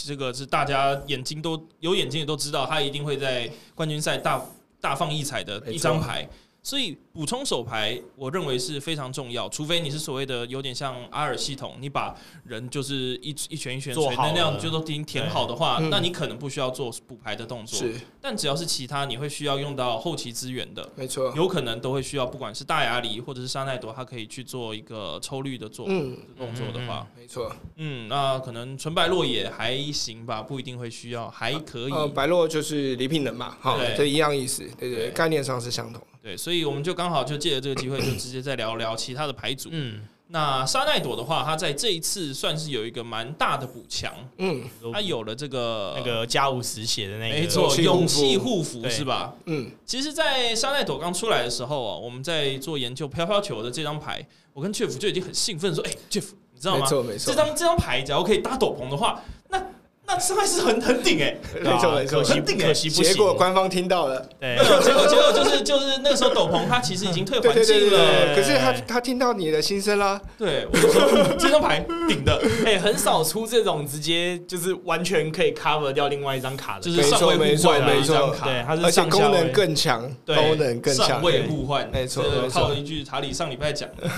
Speaker 1: 这个是大家眼睛都有眼睛也都知道，他一定会在冠军赛大大放异彩的
Speaker 4: 没错
Speaker 1: 一张牌。所以补充手牌，我认为是非常重要，除非你是所谓的有点像阿尔系统，你把人就是一一拳一拳
Speaker 2: 做
Speaker 1: 锤
Speaker 2: 好
Speaker 1: 能量
Speaker 2: 了
Speaker 1: 就都已经填好的话，
Speaker 4: 嗯
Speaker 1: 那你可能不需要做补牌的动作。
Speaker 4: 是
Speaker 1: 但只要是其他你会需要用到后期资源的，
Speaker 4: 没错。
Speaker 1: 有可能都会需要，不管是大牙梨或者是沙奈朵，它可以去做一个抽绿的做
Speaker 4: 嗯，
Speaker 1: 动作的话，
Speaker 4: 没错。
Speaker 1: 嗯，那可能纯白落也还行吧，不一定会需要，还可以。
Speaker 4: 呃，白洛就是礼品人嘛，哈
Speaker 1: 对，
Speaker 4: 这一样意思，对对
Speaker 1: 对
Speaker 4: 对，概念上是相同。
Speaker 1: 对，所以我们就刚好就借着这个机会，就直接再聊聊其他的牌组。
Speaker 2: 嗯，
Speaker 1: 那沙奈朵的话，它在这一次算是有一个蛮大的补强，
Speaker 4: 嗯
Speaker 1: 它有了这个
Speaker 2: 那个加五十血的那个，
Speaker 1: 没错，勇
Speaker 4: 勇
Speaker 1: 气
Speaker 4: 气
Speaker 1: 护符
Speaker 2: 对
Speaker 1: 是吧？
Speaker 4: 嗯，
Speaker 1: 其实，在沙奈朵刚出来的时候啊，我们在做研究飘飘球的这张牌，我跟 Jeff 就已经很兴奋说：“哎、j e f f 你知道
Speaker 4: 没
Speaker 1: 吗？
Speaker 4: 错没
Speaker 1: 这
Speaker 4: 错，
Speaker 1: 张这张牌假如可以搭斗篷的话，那那伤害是很很顶哎、
Speaker 2: 对啊
Speaker 4: 没错没错
Speaker 2: 可。惜
Speaker 1: 很顶欸
Speaker 2: 可惜不行，
Speaker 4: 结果官方听到了，
Speaker 2: 对
Speaker 1: 没有结果结果就是就是那个时候斗篷它其实已经退
Speaker 4: 对
Speaker 1: 环
Speaker 4: 对对
Speaker 1: 境
Speaker 4: 对
Speaker 1: 了，
Speaker 4: 对，可是他他听到你的心声啦，
Speaker 1: 对，我就说嗯这张牌顶的，
Speaker 2: 哎、很少出这种直接就是完全可以 cover 掉另外一张卡的，
Speaker 1: 就是
Speaker 4: 没
Speaker 1: 上
Speaker 4: 错
Speaker 1: 位
Speaker 4: 没
Speaker 1: 互
Speaker 4: 错
Speaker 1: 换的
Speaker 4: 没
Speaker 1: 一张
Speaker 4: 错，
Speaker 1: 卡，
Speaker 2: 对，它是
Speaker 4: 而且
Speaker 2: 上下
Speaker 4: 功
Speaker 2: 位
Speaker 4: 能更强，
Speaker 1: 对
Speaker 4: 功能更
Speaker 1: 上
Speaker 4: 强，
Speaker 1: 位互换，
Speaker 4: 没错
Speaker 1: 这
Speaker 4: 没错
Speaker 1: 套一句查理上礼拜讲 的，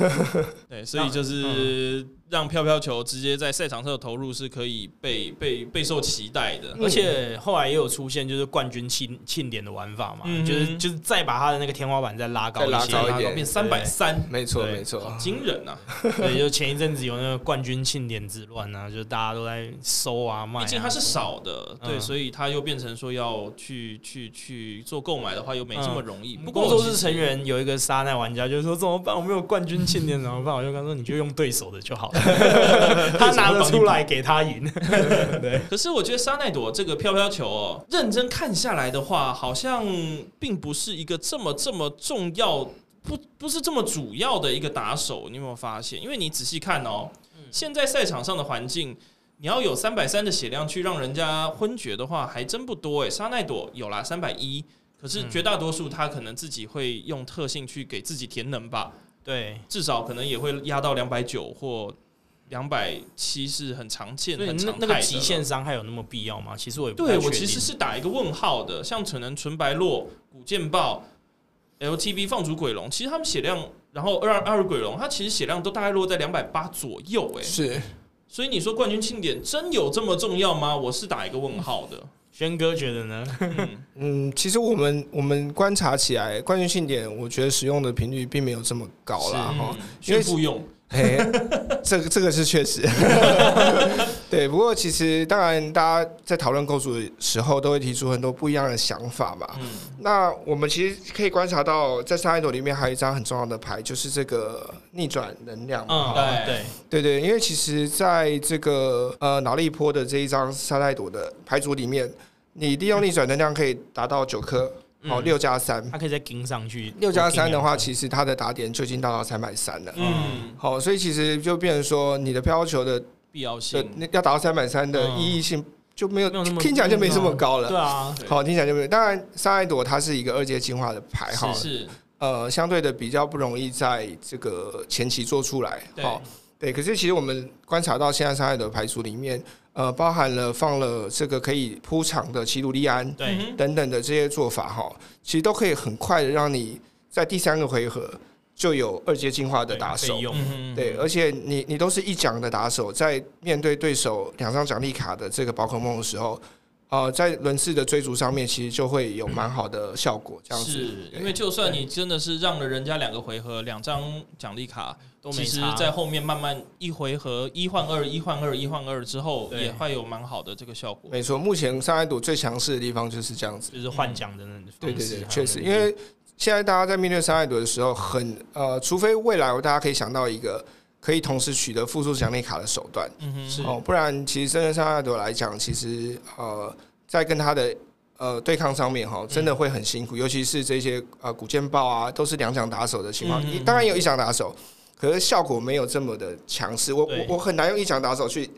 Speaker 1: 对，所以就是
Speaker 4: 嗯
Speaker 1: 让飘飘球直接在赛场上的投入是可以被被备受期待的，
Speaker 4: 嗯
Speaker 2: 而且后来也有出现就是冠军庆庆典的玩法嘛，
Speaker 1: 嗯
Speaker 2: 就是就是再把它的那个天花板再拉高
Speaker 4: 再拉
Speaker 2: 一些，
Speaker 4: 高一
Speaker 1: 然后
Speaker 4: 点
Speaker 1: 变三百三，
Speaker 4: 没错
Speaker 2: 对
Speaker 4: 没错
Speaker 1: 好，惊人啊！
Speaker 2: 对，就前一阵子有那个冠军庆典之乱啊，就是大家都在收啊卖啊，
Speaker 1: 毕竟它是少的，
Speaker 2: 嗯
Speaker 1: 对，所以它又变成说要去去去做购买的话，又没这么容易。不
Speaker 2: 嗯不
Speaker 1: 过
Speaker 2: 过
Speaker 1: 我
Speaker 2: 工
Speaker 1: 其
Speaker 2: 作室
Speaker 1: 实
Speaker 2: 成员有一个沙奈玩家，就是说怎么办？我没有冠军庆典怎么办？我就跟他说你就用对手的 就好了，他拿得出来给他赢。对，
Speaker 1: 可是我觉得沙奈朵这个飘飘球哦，认真看下来的话，好像并不是一个这么这么重要，不不是这么主要的一个打手。你有没有发现？因为你仔细看哦，现在赛场上的环境。你要有三百三的血量去让人家昏厥的话，还真不多诶。沙奈朵有啦，三百一，可是绝大多数他可能自己会用特性去给自己填能吧，
Speaker 2: 对，
Speaker 1: 至少可能也会压到两百九或两百七，是很常见、
Speaker 2: 所以
Speaker 1: 很
Speaker 2: 那
Speaker 1: 常
Speaker 2: 那
Speaker 1: 态
Speaker 2: 个
Speaker 1: 的
Speaker 2: 极
Speaker 1: 了
Speaker 2: 限伤害有那么必要吗？其实我也不太
Speaker 1: 对
Speaker 2: 确
Speaker 1: 我其实
Speaker 2: 定
Speaker 1: 是打一个问号的，像可能纯白洛、古剑豹、LTV 放逐鬼龙，其实他们血量，然后二二二鬼龙，它其实血量都大概落在两百八左右，哎，
Speaker 4: 是
Speaker 1: 所以你说冠军庆典真有这么重要吗？我是打一个问号的。
Speaker 2: 轩哥觉得呢？
Speaker 1: 嗯，
Speaker 4: 嗯，其实我们我们观察起来，冠军庆典，我觉得使用的频率并没有这么高啦，哈
Speaker 1: 嗯，炫富用，
Speaker 4: 嘿，这个这个是确 实，对。不过其实当然，大家在讨论构筑的时候，都会提出很多不一样的想法嘛。
Speaker 1: 嗯，
Speaker 4: 那我们其实可以观察到，在沙一朵里面还有一张很重要的牌，就是这个逆转能量嘛。
Speaker 1: 对
Speaker 2: 嗯，对，
Speaker 4: 对对，因为其实在这个呃脑力波的这一张沙袋朵的牌组里面，你利用逆转能量可以达到九颗，哦，
Speaker 2: 嗯
Speaker 4: 六加三。
Speaker 2: 他可以再跟上去。
Speaker 4: 六加三的话，
Speaker 2: 实
Speaker 4: 其实它的打点就已经到到三百三了。
Speaker 1: 嗯，
Speaker 4: 好、所以其实就变成说，你的飘球的
Speaker 1: 必要性
Speaker 4: 的，那要达到三百三的
Speaker 2: 嗯
Speaker 4: 意义性就没有，
Speaker 2: 没有那么
Speaker 4: 听起来就没这么高
Speaker 2: 对
Speaker 4: 了。
Speaker 2: 啊，
Speaker 1: 对
Speaker 4: 好，听起来就没有。当然，沙爱朵它是一个二阶进化的牌哈，
Speaker 1: 是
Speaker 4: 呃，相对的比较不容易在这个前期做出来。
Speaker 1: 对
Speaker 4: 好，对。可是其实我们观察到，现在沙爱朵的牌组里面，呃，包含了放了这个可以铺场的奇鲁利安
Speaker 2: 对，
Speaker 1: 嗯哼
Speaker 4: 等等的这些做法哈，其实都可以很快的让你在第三个回合就有二阶进化的打手
Speaker 2: 备。用
Speaker 1: 嗯哼
Speaker 4: 对，而且你你都是一奖的打手，在面对对手两张奖励卡的这个宝可梦的时候，呃在轮次的追逐上面，其实就会有蛮好的效果。这样子，
Speaker 1: 是
Speaker 4: 对
Speaker 1: 因为就算你真的是让了人家两个回合，两张奖励卡，
Speaker 2: 都
Speaker 1: 其
Speaker 2: 没
Speaker 1: 实
Speaker 2: 差，
Speaker 1: 在后面慢慢一回合一换二，一换二，一换二之后，
Speaker 2: 对
Speaker 1: 也会有蛮好的这个效果。
Speaker 4: 没错，目前上海赌最强势的地方就是这样子。
Speaker 2: 就是换奖的那种
Speaker 4: 对
Speaker 2: 方
Speaker 4: 对
Speaker 2: 式
Speaker 4: 对，
Speaker 2: 还有
Speaker 4: 确实，
Speaker 2: 能
Speaker 4: 因
Speaker 2: 力
Speaker 1: 嗯
Speaker 4: 为现在大家在面对三爱赌的时候很，呃，除非未来大家可以想到一个可以同时取得复数奖励卡的手段
Speaker 1: 嗯哼，
Speaker 2: 是
Speaker 4: 哦，不然其实真的三爱赌来讲，其实呃，在跟他的呃对抗上面哈，真
Speaker 1: 嗯
Speaker 4: 的会很辛苦，尤其是这些呃古剑豹啊，都是两奖打手的情况，
Speaker 1: 嗯嗯嗯
Speaker 4: 当然有一奖打手，可是效果没有这么的强势，我
Speaker 2: 对
Speaker 4: 我我很难用一奖打手去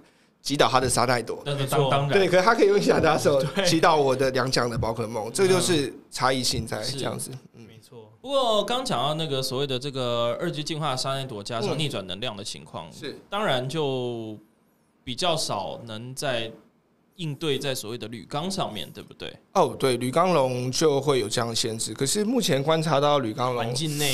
Speaker 4: 击倒他的沙袋朵。
Speaker 1: 那个
Speaker 2: 没
Speaker 1: 当
Speaker 2: 错
Speaker 1: 当然
Speaker 4: 对，可是他可以用一奖打 手击倒我的两奖的宝可梦，这就是差异性在
Speaker 1: 嗯是嗯
Speaker 4: 这样子。
Speaker 2: 没错，
Speaker 1: 不过刚讲到那个所谓的这个二级进化三奈朵加上
Speaker 4: 嗯
Speaker 1: 逆转能量的情况，
Speaker 4: 是
Speaker 1: 当然就比较少能在应对在所谓的铝钢上面，对不对？
Speaker 4: 哦，对，吕刚龙就会有这样的限制。可是目前观察到吕刚龙
Speaker 2: 环，境内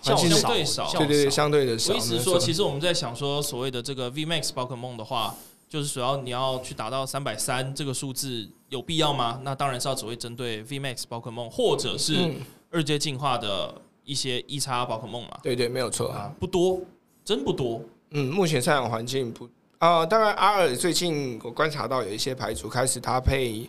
Speaker 4: 环
Speaker 2: 较
Speaker 4: 境内
Speaker 2: 少，
Speaker 1: 对少
Speaker 2: 较
Speaker 4: 对对对，
Speaker 2: 少
Speaker 4: 相对的少。
Speaker 1: 我意思
Speaker 4: 没
Speaker 1: 是
Speaker 4: 错
Speaker 1: 说，其实我们在想说，所谓的这个 VMAX 宝可梦的话，就是主要你要去达到三百三这个数字，有必要吗？那当然是要只会针对 VMAX 宝可梦，或者是
Speaker 4: 嗯，
Speaker 1: 二阶进化的一些一叉宝可梦嘛，
Speaker 4: 对对，没有错。
Speaker 1: 啊，不多，真不多。
Speaker 4: 嗯，目前赛场环境不啊、当然阿尔最近我观察到有一些牌组开始搭配。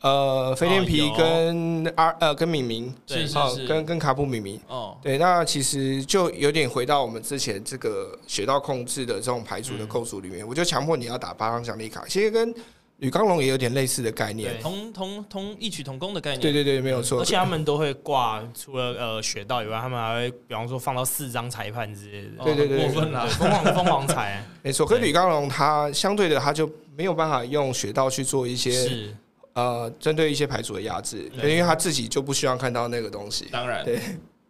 Speaker 4: 呃，飞天
Speaker 2: 哦
Speaker 4: 皮
Speaker 2: 有
Speaker 4: 跟阿、呃跟敏敏，
Speaker 1: 是
Speaker 4: 哦
Speaker 1: 是是
Speaker 4: 跟跟卡布敏敏，
Speaker 1: 哦，
Speaker 4: 对，那其实就有点回到我们之前这个学到控制的这种排除的构筑里面，我就强迫你要打八张奖励卡，其实跟吕刚龙也有点类似的概念
Speaker 2: 对。
Speaker 1: 同同同异曲同工的概念。
Speaker 4: 对对对，没有错
Speaker 2: 而。且他们都会挂，除了呃学到以外，他们还会比方说放到四张裁判之类的，
Speaker 1: 哦
Speaker 4: 对对对
Speaker 1: 很过分啦
Speaker 2: 对，疯狂 疯狂裁
Speaker 4: 没错。可是吕刚龙他相对的，他就没有办法用学到去做一些
Speaker 2: 是
Speaker 4: 呃针对一些牌组的压制，因
Speaker 2: 对
Speaker 4: 为他自己就不希望看到那个东西。
Speaker 1: 当然，
Speaker 4: 对。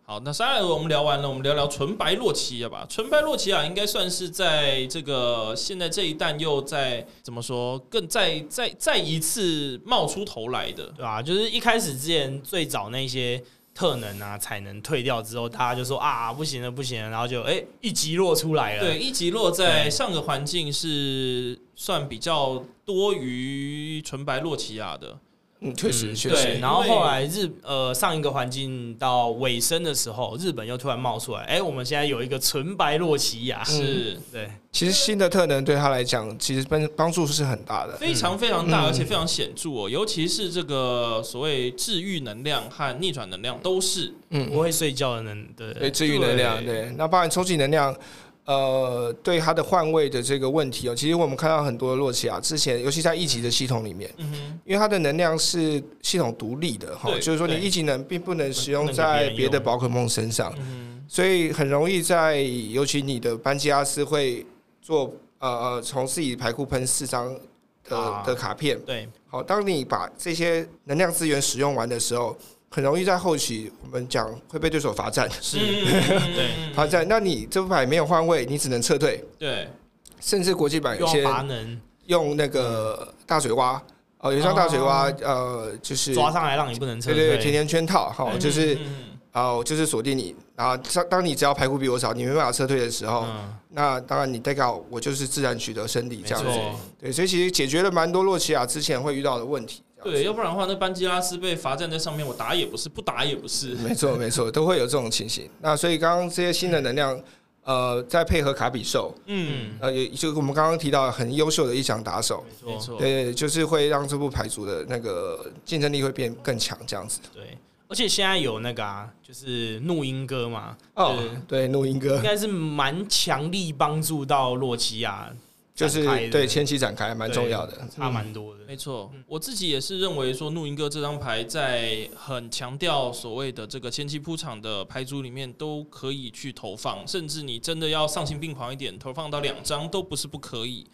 Speaker 1: 好，那三爱我们聊完了，我们聊聊纯白洛奇亚吧。纯白洛奇啊亚应该算是在这个现在这一弹又在怎么说，更再再再一次冒出头来的。
Speaker 2: 对啊，就是一开始之前最早那些特能啊、才能退掉之后，大家就说啊不行了不行了，然后就哎、一击落出来了，
Speaker 1: 对，一级落在
Speaker 2: 对
Speaker 1: 上个环境是算比较多于纯白洛奇亚的，
Speaker 4: 嗯，确实
Speaker 2: 嗯
Speaker 4: 确
Speaker 1: 对
Speaker 4: 实。
Speaker 2: 然后后来日呃上一个环境到尾声的时候，日本又突然冒出来，哎、我们现在有一个纯白洛奇亚，
Speaker 1: 是
Speaker 2: 对
Speaker 4: 其实新的特能对他来讲，其实帮帮助是很大的。
Speaker 1: 非常非常大，
Speaker 4: 嗯
Speaker 1: 而且非常显著哦。尤其是这个所谓治愈能量和逆转能量都是，
Speaker 4: 嗯，哎
Speaker 2: 不会睡觉的能对
Speaker 4: 对，治愈能量，
Speaker 1: 对
Speaker 4: 对，那包含抽取能量，呃，对它的换位的这个问题哦，其实我们看到很多洛奇亚啊之前，尤其在一级的系统里面，
Speaker 1: 嗯哼，
Speaker 4: 因为它的能量是系统独立的哈，
Speaker 1: 对
Speaker 4: 就是说你
Speaker 2: 对
Speaker 4: 一级能并不能使用
Speaker 2: 不能给别人
Speaker 4: 在
Speaker 2: 用
Speaker 4: 别的宝可梦身上，
Speaker 1: 嗯
Speaker 4: 所以很容易在尤其你的班基阿斯会做呃呃从自己牌库喷四张的
Speaker 2: 啊
Speaker 4: 的卡片，
Speaker 2: 对
Speaker 4: 好，当你把这些能量资源使用完的时候，很容易在后期我们讲会被对手罚站。
Speaker 1: 哼，是，
Speaker 2: 嗯
Speaker 1: 对
Speaker 4: 好，在那你这副牌没有换位，你只能撤退，
Speaker 1: 对。
Speaker 4: 甚至国际版有
Speaker 2: 用
Speaker 4: 些
Speaker 2: 阀能
Speaker 4: 用那个大水蛙，哦，有一张大水蛙，呃，就是
Speaker 2: 啊抓上来让你不能撤
Speaker 4: 对
Speaker 2: 退，
Speaker 4: 对对甜甜圈套，哈，
Speaker 1: 嗯
Speaker 4: 就是
Speaker 1: 嗯
Speaker 4: 哦，就是锁定你，然后当当你只要排骨比我少，你没办法撤退的时候，
Speaker 2: 嗯，
Speaker 4: 那当然你代告我就是自然取得胜利
Speaker 2: 没
Speaker 4: 这样子，
Speaker 2: 错，
Speaker 4: 对，所以其实解决了蛮多洛奇亚之前会遇到的问题，这样
Speaker 1: 对，要不然的话，那班基拉斯被罚站在上面，我打也不是，不打也不是。
Speaker 4: 没错，没错，都会有这种情形。那所以刚刚这些新的能量，呃，再配合卡比兽，
Speaker 1: 嗯，
Speaker 4: 呃，也就我们刚刚提到很优秀的一奖打手，
Speaker 2: 没
Speaker 1: 没
Speaker 2: 错，
Speaker 1: 错，
Speaker 4: 对，就是会让这部牌组的那个竞争力会变更强，这样子。
Speaker 2: 对。而且现在有那个啊，就是怒音哥嘛，
Speaker 4: 哦，对，怒音哥
Speaker 2: 应该是蛮强力帮助到洛奇亚，
Speaker 4: 就是
Speaker 2: 展开的
Speaker 4: 对前期展开蛮重要的。
Speaker 2: 差蛮多的。
Speaker 1: 没错。嗯我自己也是认为说，怒音哥这张牌在很强调所谓的这个前期铺场的牌组里面都可以去投放，甚至你真的要丧心病狂一点，投放到两张都不是不可以。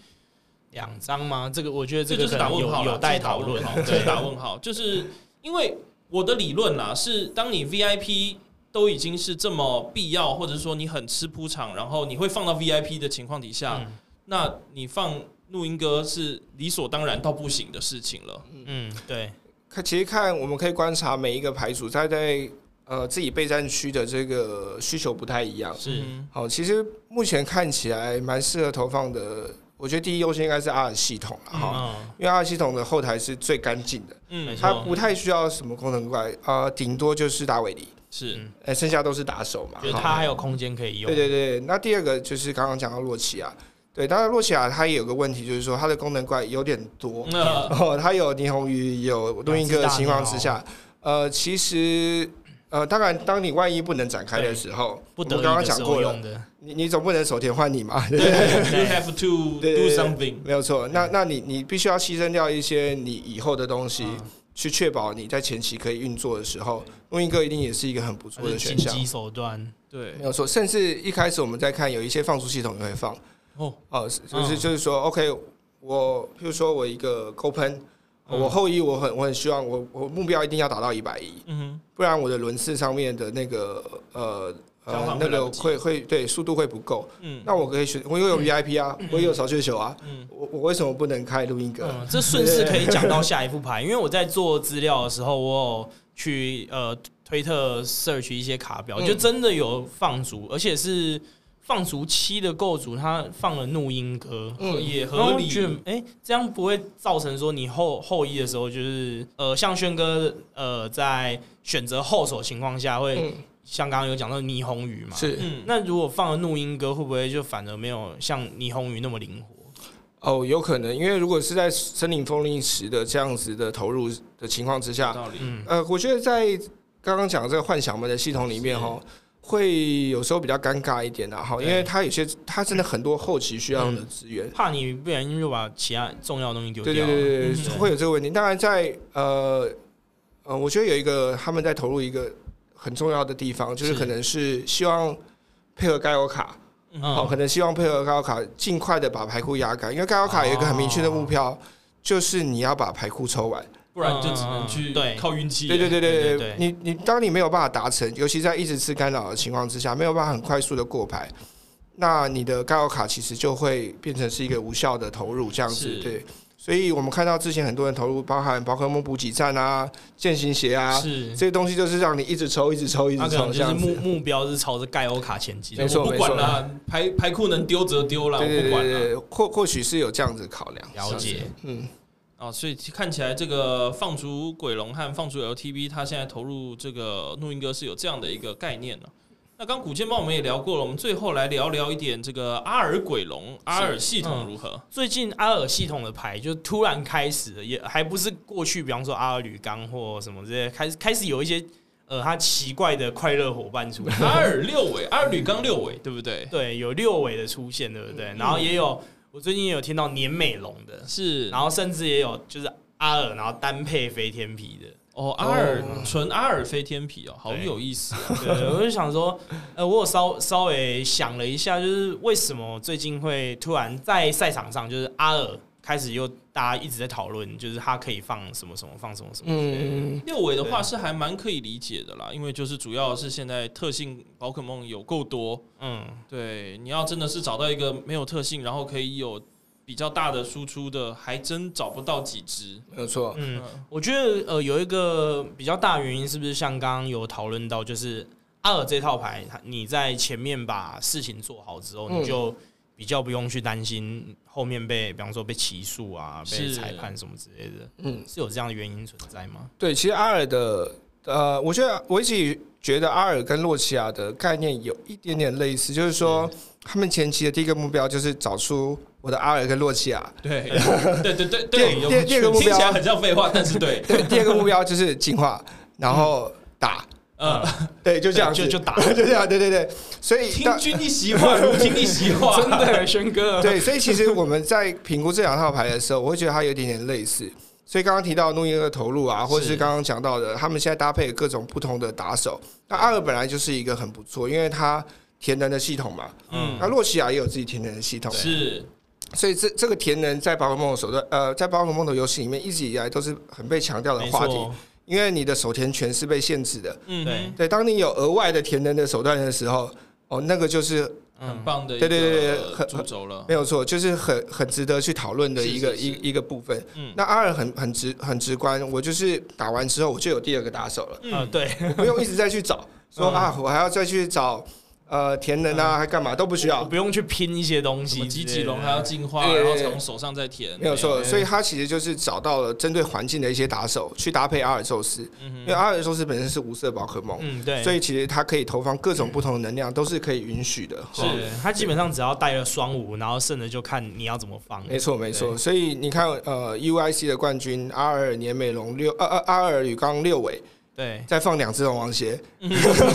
Speaker 2: 两张吗？这个我觉得
Speaker 1: 这
Speaker 2: 个
Speaker 1: 就
Speaker 2: 可
Speaker 1: 是打
Speaker 2: 能
Speaker 1: 问
Speaker 2: 有
Speaker 1: 号啦
Speaker 2: 有待讨论。哦
Speaker 1: 这是打问号，就是因为我的理论啦，是当你 VIP 都已经是这么必要，或者说你很吃铺场，然后你会放到 VIP 的情况底下，
Speaker 2: 嗯
Speaker 1: 那你放录音歌是理所当然到不行的事情了。
Speaker 2: 嗯，对，
Speaker 4: 看，其实看我们可以观察每一个牌组，它在呃自己备战区的这个需求不太一样。
Speaker 2: 是
Speaker 1: 嗯
Speaker 4: 好，其实目前看起来蛮适合投放的我觉得第一优先应该是 R 系统了哈，
Speaker 2: 嗯，
Speaker 4: 因为 R 系统的后台是最干净的，
Speaker 1: 嗯，
Speaker 2: 没
Speaker 1: 没
Speaker 2: 错
Speaker 1: 错，
Speaker 4: 它不太需要什么功能怪，呃，顶多就是打尾离，
Speaker 1: 是
Speaker 4: 呃，剩下都是打手嘛。
Speaker 2: 觉得
Speaker 4: 哈
Speaker 2: 嗯它还有空间可以用。
Speaker 4: 对对对，那第二个就是刚刚讲到洛奇亚，对，当然洛奇亚它也有个问题，就是说它的功能怪有点多，
Speaker 1: 那
Speaker 4: 哦，它有霓虹鱼，有录音
Speaker 2: 两只
Speaker 4: 哥的
Speaker 2: 大
Speaker 4: 情况
Speaker 2: 鸟
Speaker 4: 之下，呃，其实呃，当然，当你万一不能展开的时候，
Speaker 2: 不
Speaker 4: 我
Speaker 2: 得已
Speaker 4: 们刚
Speaker 2: 的
Speaker 4: 刚
Speaker 2: 时
Speaker 4: 讲
Speaker 2: 候
Speaker 4: 过了
Speaker 2: 用，的，
Speaker 4: 你你总不能手填换你嘛， 对不
Speaker 1: 对
Speaker 4: 对
Speaker 1: ，you have to
Speaker 4: 对对
Speaker 1: do
Speaker 4: 对
Speaker 1: something，
Speaker 4: 没有错。那那你你必须要牺牲掉一些你以后的东西，
Speaker 2: 嗯
Speaker 4: 去确保你在前期可以运作的时候，录音哥一定也是一个很不错
Speaker 2: 或者
Speaker 4: 的
Speaker 2: 紧
Speaker 4: 选项。
Speaker 2: 急手段，
Speaker 1: 对
Speaker 4: 没，有错，甚至一开始我们在看有一些放出系统也会放
Speaker 1: 哦
Speaker 4: 哦，是就
Speaker 1: 嗯
Speaker 4: 是就是说，OK，我譬如说我一个勾喷，
Speaker 1: 嗯
Speaker 4: 我后羿我很我很希望我我目标一定要达到一百一，
Speaker 1: 嗯
Speaker 4: 不然我的轮次上面的那个呃
Speaker 1: 消耗
Speaker 4: 呃
Speaker 1: 会
Speaker 4: 那
Speaker 1: 来
Speaker 4: 个
Speaker 1: 不及
Speaker 4: 会会对速度会不够。
Speaker 1: 哼，嗯，
Speaker 4: 那我可以选，我又有 VIP 啊，我又有少血球啊，
Speaker 1: 嗯
Speaker 4: 我我为什么不能开录音格？
Speaker 2: 嗯，这顺势可以讲到下一副牌，因为我在做资料的时候，我有去呃推特 search 一些卡表，
Speaker 4: 嗯
Speaker 2: 就真的有放逐，而且是放逐七的构筑，它放了怒音歌。
Speaker 1: 合哦也
Speaker 2: 然后
Speaker 1: 合
Speaker 2: 我
Speaker 1: 理，
Speaker 2: 觉得，哎、这样不会造成说你后后一的时候，就是呃，像轩哥呃，在选择后手情况下，会
Speaker 4: 嗯，
Speaker 2: 像刚刚有讲到霓虹鱼嘛？。
Speaker 4: 是
Speaker 1: 嗯，
Speaker 2: 那如果放了怒音歌，会不会就反而没有像霓虹鱼那么灵活？
Speaker 4: 哦，有可能，因为如果是在森林风铃时的这样子的投入的情况之
Speaker 1: 有
Speaker 4: 下，
Speaker 1: 道理，
Speaker 2: 嗯，
Speaker 4: 呃，我觉得在刚刚讲的这个幻想门的系统里面哈，会有时候比较尴尬一点的哈，
Speaker 2: 对
Speaker 4: 因为它有些它真的很多后期需要用的资源，
Speaker 2: 怕你不小心就把其他重要的东西丢掉
Speaker 4: 对
Speaker 2: 了。
Speaker 4: 对对对
Speaker 1: 嗯
Speaker 4: 对，会有这个问题。当然在呃呃，我觉得有一个他们在投入一个很重要的地方，就是
Speaker 2: 是
Speaker 4: 可能是希望配合盖欧卡，
Speaker 2: 嗯
Speaker 4: 哦，可能希望配合盖欧卡尽快的把排库压干，因为盖欧卡有一个很明确
Speaker 2: 哦
Speaker 4: 的目标，就是你要把排库抽完。
Speaker 1: 不然就只能去
Speaker 2: 嗯对
Speaker 1: 靠运气，
Speaker 4: 对对对对
Speaker 2: 对
Speaker 4: 对
Speaker 2: 对对，
Speaker 4: 你你当你没有办法达成，尤其在一直吃干扰的情况之下，没有办法很快速的过牌，那你的盖奥卡其实就会变成是一个无效的投入，这样子
Speaker 1: 是
Speaker 4: 对。所以我们看到之前很多人投入，包含宝可梦补给站啊、健行鞋啊
Speaker 2: 是
Speaker 4: 这些东西，就是让你一直抽、一直抽、一直
Speaker 2: 他可
Speaker 4: 抽
Speaker 2: 能
Speaker 4: 这
Speaker 2: 就是
Speaker 4: 样
Speaker 2: 目
Speaker 4: 子。
Speaker 2: 目标是朝着盖欧卡前进。
Speaker 4: 没错
Speaker 1: 我不管啦，排排库能丢则丢啦，我不
Speaker 4: 对对对
Speaker 1: 管
Speaker 4: 对
Speaker 1: 啦。
Speaker 4: 对，或或许是有这样子考量。
Speaker 2: 了解，
Speaker 4: 嗯，
Speaker 1: 哦，所以看起来这个放逐鬼龙和放逐 LTV，它现在投入这个录音歌是有这样的一个概念了、那刚古剑帮我们也聊过了，我们最后来聊聊一点这个阿尔鬼龙阿尔系统如何？
Speaker 2: 最近阿尔系统的牌就突然开始了，也还不是过去，比方说阿尔铝钢或什么之类的，开始开始有一些呃，他奇怪的快乐伙伴出 来。
Speaker 4: 啊
Speaker 1: 阿尔六尾，阿尔铝钢六尾，对不对？
Speaker 2: 对，有六尾的出现，对不
Speaker 4: 嗯
Speaker 2: 对？然后也有，我最近也有听到年美龙的，
Speaker 1: 是
Speaker 2: 然后甚至也有就是阿尔，然后单配飞天皮的。
Speaker 1: 哦，阿尔纯阿尔飞天皮哦，好有意思啊！
Speaker 2: 对，我就想说，呃，我有稍稍微想了一下，就是为什么最近会突然在赛场上，就是阿尔开始又大家一直在讨论，就是他可以放什么什么，放什么什么。
Speaker 4: 嗯，
Speaker 1: 六尾的话是还蛮可以理解的啦，因为就是主要是现在特性宝可梦有够多，
Speaker 2: 嗯，
Speaker 1: 对，你要真的是找到一个没有特性，然后可以有比较大的输出的，还真找不到几只。
Speaker 4: 没有错。
Speaker 2: 嗯，我觉得呃有一个比较大的原因，是不是像刚刚有讨论到，就是阿尔这套牌，它你在前面把事情做好之后，
Speaker 4: 嗯
Speaker 2: 你就比较不用去担心后面被，比方说被起诉啊、被
Speaker 1: 是
Speaker 2: 裁判什么之类的，
Speaker 4: 嗯，
Speaker 2: 是有这样的原因存在吗？
Speaker 4: 对，其实阿尔的呃，我觉得我一直觉得阿尔跟洛奇亚的概念有一点点类似，就是
Speaker 2: 嗯
Speaker 4: 说他们前期的第一个目标就是找出我的阿尔跟洛奇亚，
Speaker 1: 对，对对对
Speaker 4: 第
Speaker 1: 对，有
Speaker 4: 第第二个目
Speaker 1: 听起来
Speaker 4: 标，
Speaker 1: 很像废话，但是对，
Speaker 4: 对，第二个目标就是进化，然后打，
Speaker 1: 呃，
Speaker 4: 对，就这样
Speaker 2: 对
Speaker 4: 子，
Speaker 2: 就就打
Speaker 4: 就这样，对对对，所以
Speaker 1: 听
Speaker 4: 当
Speaker 1: 君一席话，如听一席话，
Speaker 2: 真的，轩哥，
Speaker 4: 对，所以其实我们在评估这两套牌的时候，我会觉得它有一点点类似。所以刚刚提到诺伊的投入啊，或者是
Speaker 1: 是
Speaker 4: 刚刚讲到的，他们现在搭配各种不同的打手。那阿尔本来就是一个很不错，因为它填能的系统嘛。
Speaker 1: 嗯
Speaker 4: 那洛奇亚也有自己填能的系统，
Speaker 1: 是
Speaker 4: 所以这这个填能在宝可梦的手段，呃，在宝可梦的游戏里面一直以来都是很被强调的
Speaker 2: 没
Speaker 4: 话题，
Speaker 2: 错，
Speaker 4: 因为你的手填权是被限制的。
Speaker 1: 嗯
Speaker 2: 对
Speaker 1: 哼，
Speaker 4: 对，当你有额外的填能的手段的时候，哦，那个就是
Speaker 1: 很
Speaker 2: 嗯，
Speaker 1: 棒的一
Speaker 4: 对对对对
Speaker 1: 个
Speaker 4: 很
Speaker 1: 主轴了
Speaker 4: 没，有错，就是很很值得去讨论的一个
Speaker 1: 是是
Speaker 4: 一一个部分。
Speaker 1: 嗯
Speaker 4: 那阿尔很很直很直观，我就是打完之后我就有第二个打手了，
Speaker 2: 呃，
Speaker 1: 嗯，
Speaker 2: 对，
Speaker 4: 我不用一直再去找，说
Speaker 2: 嗯
Speaker 4: 啊，我还要再去找呃填能
Speaker 1: 嗯
Speaker 4: 啊，还干嘛都不需
Speaker 2: 我
Speaker 4: 要，
Speaker 2: 不用去拼一些东
Speaker 1: 什
Speaker 2: 西
Speaker 1: 么
Speaker 2: 之类的，
Speaker 1: 集脊龙还要进化，
Speaker 4: 对
Speaker 1: 然后从手上再填，
Speaker 4: 没有错。
Speaker 2: 对
Speaker 4: 所以他其实就是找到了针对环境的一些打手，去搭配阿尔宙斯，因为阿尔宙斯本身是无色宝可梦，
Speaker 2: 嗯，对，嗯
Speaker 4: 所以其实它可以投放各种不同的能量，都是可以允许的。
Speaker 1: 是
Speaker 2: 是他基本上只要带了双舞，然后剩的就看你要怎么放。
Speaker 4: 没错，没错。所以你看，呃，UIC 的冠军阿尔年美龙六，呃呃，阿尔与刚六尾，
Speaker 2: 对，
Speaker 4: 再放两只龙王鞋。
Speaker 2: 嗯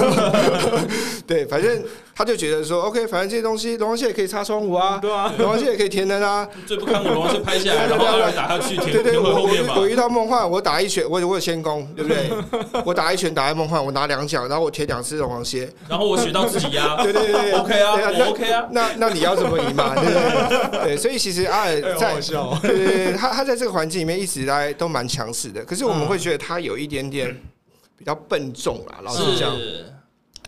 Speaker 4: 对，反正他就觉得说，OK，反正这些东西，龙王蟹也可以插窗户啊，
Speaker 2: 对啊，
Speaker 4: 龙王蟹也可以填能啊。
Speaker 1: 最不堪我龙王先拍下来，然后二人打下去填
Speaker 4: 对对，
Speaker 1: 填回
Speaker 4: 我
Speaker 1: 后面吧
Speaker 4: 我。我遇到梦幻，我打一拳，我我有先攻，对不 对？我打一拳打在梦幻，我拿两脚，然后我填两只龙王蟹。
Speaker 1: 然后我学到自己压
Speaker 4: 对对对对
Speaker 1: ，OK 啊
Speaker 4: 对，
Speaker 1: 我
Speaker 4: 那
Speaker 1: OK 啊，
Speaker 4: 那那你要怎么赢嘛？对不 对？对，所以其实阿
Speaker 1: 哎
Speaker 4: 尔在
Speaker 2: 笑哦。
Speaker 4: 对对对，他他在这个环境里面一直来都蛮强势的，可是我
Speaker 1: 嗯
Speaker 4: 们会觉得他有一点点比较笨重啦，老实讲，
Speaker 1: 是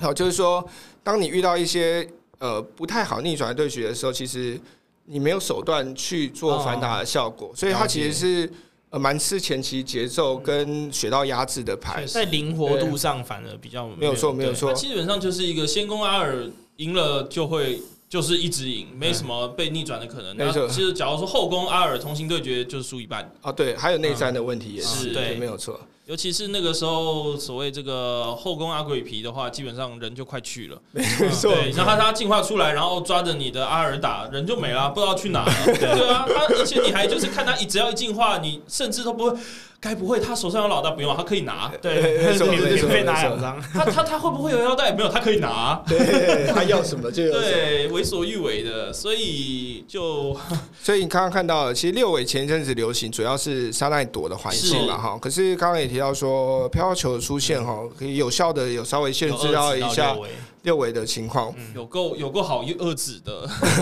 Speaker 4: 好，就是说，当你遇到一些呃不太好逆转的对决的时候，其实你没有手段去做反打的效果，所以他其实是呃蛮吃前期节奏跟学到压制的牌
Speaker 1: 确，实
Speaker 2: 在灵活度上反而比较
Speaker 4: 没有错，没有
Speaker 2: 对
Speaker 1: 那
Speaker 4: 错，
Speaker 1: 基本上就是一个先攻阿尔赢了就会。就是一直赢，没什么被逆转的可能。
Speaker 4: 没
Speaker 1: 那
Speaker 4: 错
Speaker 1: 其实假如说后宫阿尔同行对决，就是输一半。
Speaker 4: 哦，对，还有内战的问题也是，
Speaker 1: 是
Speaker 4: 对，没有 错，
Speaker 1: 尤其是那个时候，所谓这个后宫阿鬼皮的话，基本上人就快去了。啊
Speaker 4: 没错，
Speaker 1: 对，然后他他进化出来，然后抓着你的阿尔打，人就没了，不知道去哪了。对啊，他而且你还就是看他一只要一进化，你甚至都不会，该不会他手上有老大不用，他可以拿。
Speaker 4: 没
Speaker 2: 对，
Speaker 4: 错
Speaker 2: 免
Speaker 4: 没错
Speaker 2: 免费拿
Speaker 4: 没错
Speaker 2: 两张，
Speaker 1: 他他他会不会有腰带？没有，他可以拿。
Speaker 4: 对，他要什么就有什么。
Speaker 1: 对，为所欲为的，所以就
Speaker 4: 所以你刚刚看到了，其实六尾前一阵子流行，主要是沙奈朵的环境嘛，
Speaker 1: 是
Speaker 4: 哈。可是刚刚也提到说，飘飘球的出现哈，可以有效的有稍微限制到一下六尾的情况。
Speaker 1: 有够有够好遏制的，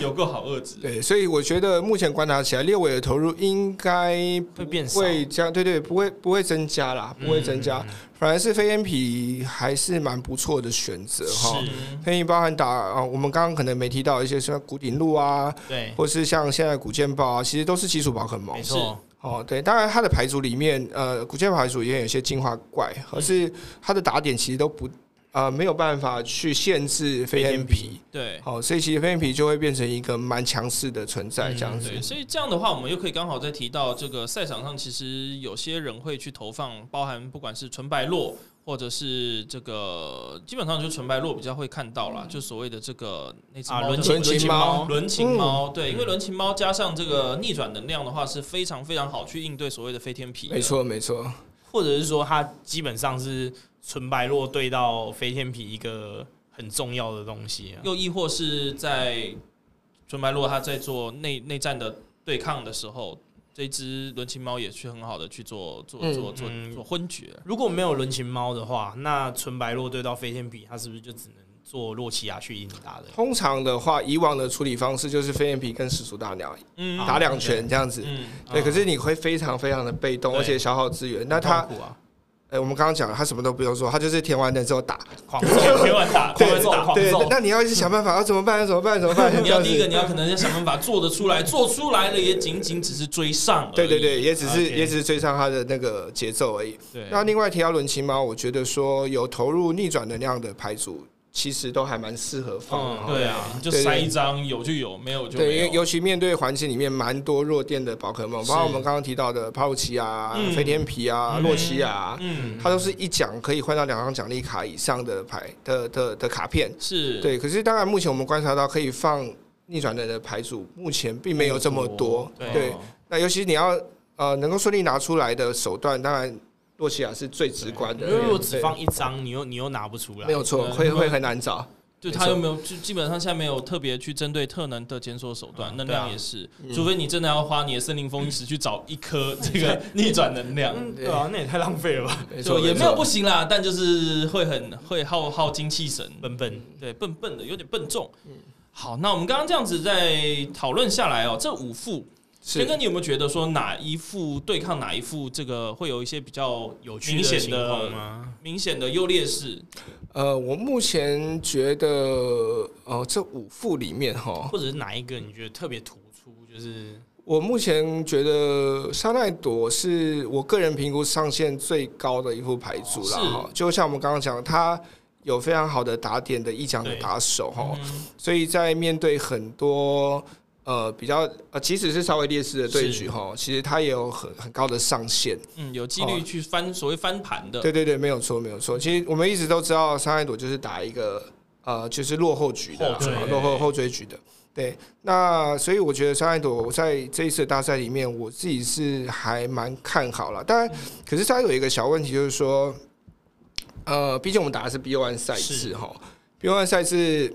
Speaker 1: 有够好遏制。
Speaker 4: 对，所以我觉得目前观察起来，六尾的投入应该
Speaker 2: 会变少。
Speaker 4: 会加，对对，不会不会增加啦，不会增加，反而是飞燕皮还是蛮不错的选择哈。
Speaker 1: 是，
Speaker 4: 飞燕包含打啊，我们刚刚可能没提到一些像古顶路啊，
Speaker 2: 对，
Speaker 4: 或是像现在古剑豹啊，其实都是基础宝可梦
Speaker 2: 没。错，
Speaker 4: 哦，对，当然它的牌组里面，呃，古剑牌组也有一些进化怪，可是它的打点其实都不呃没有办法去限制
Speaker 2: 飞
Speaker 4: 飞天
Speaker 2: 天
Speaker 4: 皮，
Speaker 1: 对。
Speaker 4: 好、所以其实飞天皮就会变成一个蛮强势的存在，这样子。
Speaker 1: 对，所以这样的话，我们又可以刚好再提到这个赛场上，其实有些人会去投放，包含不管是纯白落，或者是这个，基本上就纯白落比较会看到啦，就所谓的这个那只
Speaker 2: 嗯啊
Speaker 1: 猫
Speaker 2: 轮
Speaker 1: 叫
Speaker 4: 琴轮琴
Speaker 2: 猫嗯
Speaker 1: 轮琴猫，对，因为轮琴猫加上这个逆转能量的话，是非常非常好去应对所谓的飞天皮，
Speaker 4: 没，错，没错，
Speaker 2: 或者是说它基本上是纯白落对到飞天皮一个很重要的东西啊。
Speaker 1: 又亦或是在纯白落他在做内内战的对抗的时候。这只轮琴猫也去很好的去做做做做
Speaker 2: 嗯
Speaker 1: 做昏厥，
Speaker 2: 如果没有轮琴猫的话，那纯白落对到飞天皮，它是不是就只能做洛奇亚去赢打的？
Speaker 4: 通常的话，以往的处理方式就是飞天皮跟始祖大鸟
Speaker 1: 嗯
Speaker 2: 啊
Speaker 4: 打两拳这样子。
Speaker 1: 嗯，
Speaker 4: 对，
Speaker 2: 啊
Speaker 4: 可是你会非常非常的被动，
Speaker 2: 对
Speaker 4: 而且消耗资源。那他，
Speaker 2: 很痛苦啊，
Speaker 4: 哎，我们刚刚讲了，他什么都不用做，他就是填完了之后打。
Speaker 2: 狂 啊揍，每晚打，
Speaker 4: 对
Speaker 2: 狂揍，狂
Speaker 4: 对，
Speaker 2: 揍。
Speaker 4: 那你要一直想办法，要啊怎么办？要怎么办？怎 么办？
Speaker 1: 嗯你
Speaker 4: 这样
Speaker 1: 要
Speaker 4: 子
Speaker 1: 第一个，你要可能要想办法做得出来，做出来了也仅仅只是追上而已。
Speaker 4: 对对对，也只是
Speaker 2: OK
Speaker 4: 也只是追上他的那个节奏而已。
Speaker 1: 对
Speaker 4: 那另外提到轮骑猫，我觉得说有投入逆转能量的牌组，其实都还蛮适合放的。
Speaker 2: 嗯
Speaker 1: 对啊，你就
Speaker 4: 对对
Speaker 1: 塞一张，有就有，没有就
Speaker 4: 对，
Speaker 1: 没
Speaker 4: 因为
Speaker 1: 有。
Speaker 4: 尤其面对环境里面蛮多弱电的宝可梦，包括我们刚刚提到的帕鲁奇啊
Speaker 1: 嗯、
Speaker 4: 飞天皮啊、
Speaker 1: 嗯
Speaker 4: 洛奇啊，
Speaker 1: 嗯，
Speaker 4: 它都是一奖可以换到两张奖励卡以上的牌的的的卡片。
Speaker 1: 是，
Speaker 4: 对，可是当然目前我们观察到可以放逆转能的牌组，目前并没有这么多。
Speaker 1: 对啊
Speaker 4: 对，那尤其你要呃能够顺利拿出来的手段，当然洛奇亚是最直观的，
Speaker 2: 因为如果
Speaker 4: 对
Speaker 2: 只放一张，你又你又拿不出来，
Speaker 4: 没有错，
Speaker 1: 对
Speaker 4: 会
Speaker 1: 因为
Speaker 4: 会很难找。
Speaker 1: 就
Speaker 4: 没
Speaker 1: 他
Speaker 4: 错
Speaker 1: 又没有，就基本上现在没有特别去针对特能的检索手段，
Speaker 2: 嗯
Speaker 1: 能
Speaker 2: 对啊
Speaker 1: 量也是，除非你真的要花你的森林风一石去找一 颗这个逆转能量。
Speaker 2: 嗯，对啊，那也太浪费了吧，
Speaker 4: 没
Speaker 1: 就
Speaker 4: 错，
Speaker 1: 也没有不
Speaker 4: 错
Speaker 1: 行啦，但就是会很会耗耗精气神，
Speaker 2: 笨笨。
Speaker 1: 对，笨笨的，有点笨重。
Speaker 2: 嗯
Speaker 1: 好，那我们刚刚这样子在讨论下来哦，这五副，先
Speaker 4: 是
Speaker 1: 哥，你有没有觉得说哪一副对抗哪一副，这个会有一些比较
Speaker 2: 有趣
Speaker 1: 明显
Speaker 2: 情况
Speaker 1: 的、
Speaker 2: 吗？
Speaker 1: 明显的优劣势，
Speaker 4: 呃，我目前觉得呃这五副里面哈，
Speaker 2: 或者是哪一个你觉得特别突出？就是
Speaker 4: 我目前觉得沙奈朵是我个人评估上限最高的一副牌组了
Speaker 1: 哦是
Speaker 4: 哈。就像我们刚刚讲，它。有非常好的打点的一讲的
Speaker 2: 对
Speaker 4: 打手哈，
Speaker 1: 嗯
Speaker 4: 所以在面对很多呃比较呃即使是稍微劣势的对局
Speaker 1: 是
Speaker 4: 哈，其实他也有很很高的上限。
Speaker 1: 嗯，有几率去翻所谓翻盘的，
Speaker 4: 对对对，没有错没有错。其实我们一直都知道，上海朵就是打一个呃就是落后局的啦
Speaker 1: 后追
Speaker 4: 落后后追局的。对，那所以我觉得上海朵在这一次的大赛里面，我自己是还蛮看好了。
Speaker 1: 嗯
Speaker 4: 当然，可是上海朵有一个小问题就是说，呃，毕竟我们打的是 B O 1赛
Speaker 1: 是
Speaker 4: 制哈，B O 1赛制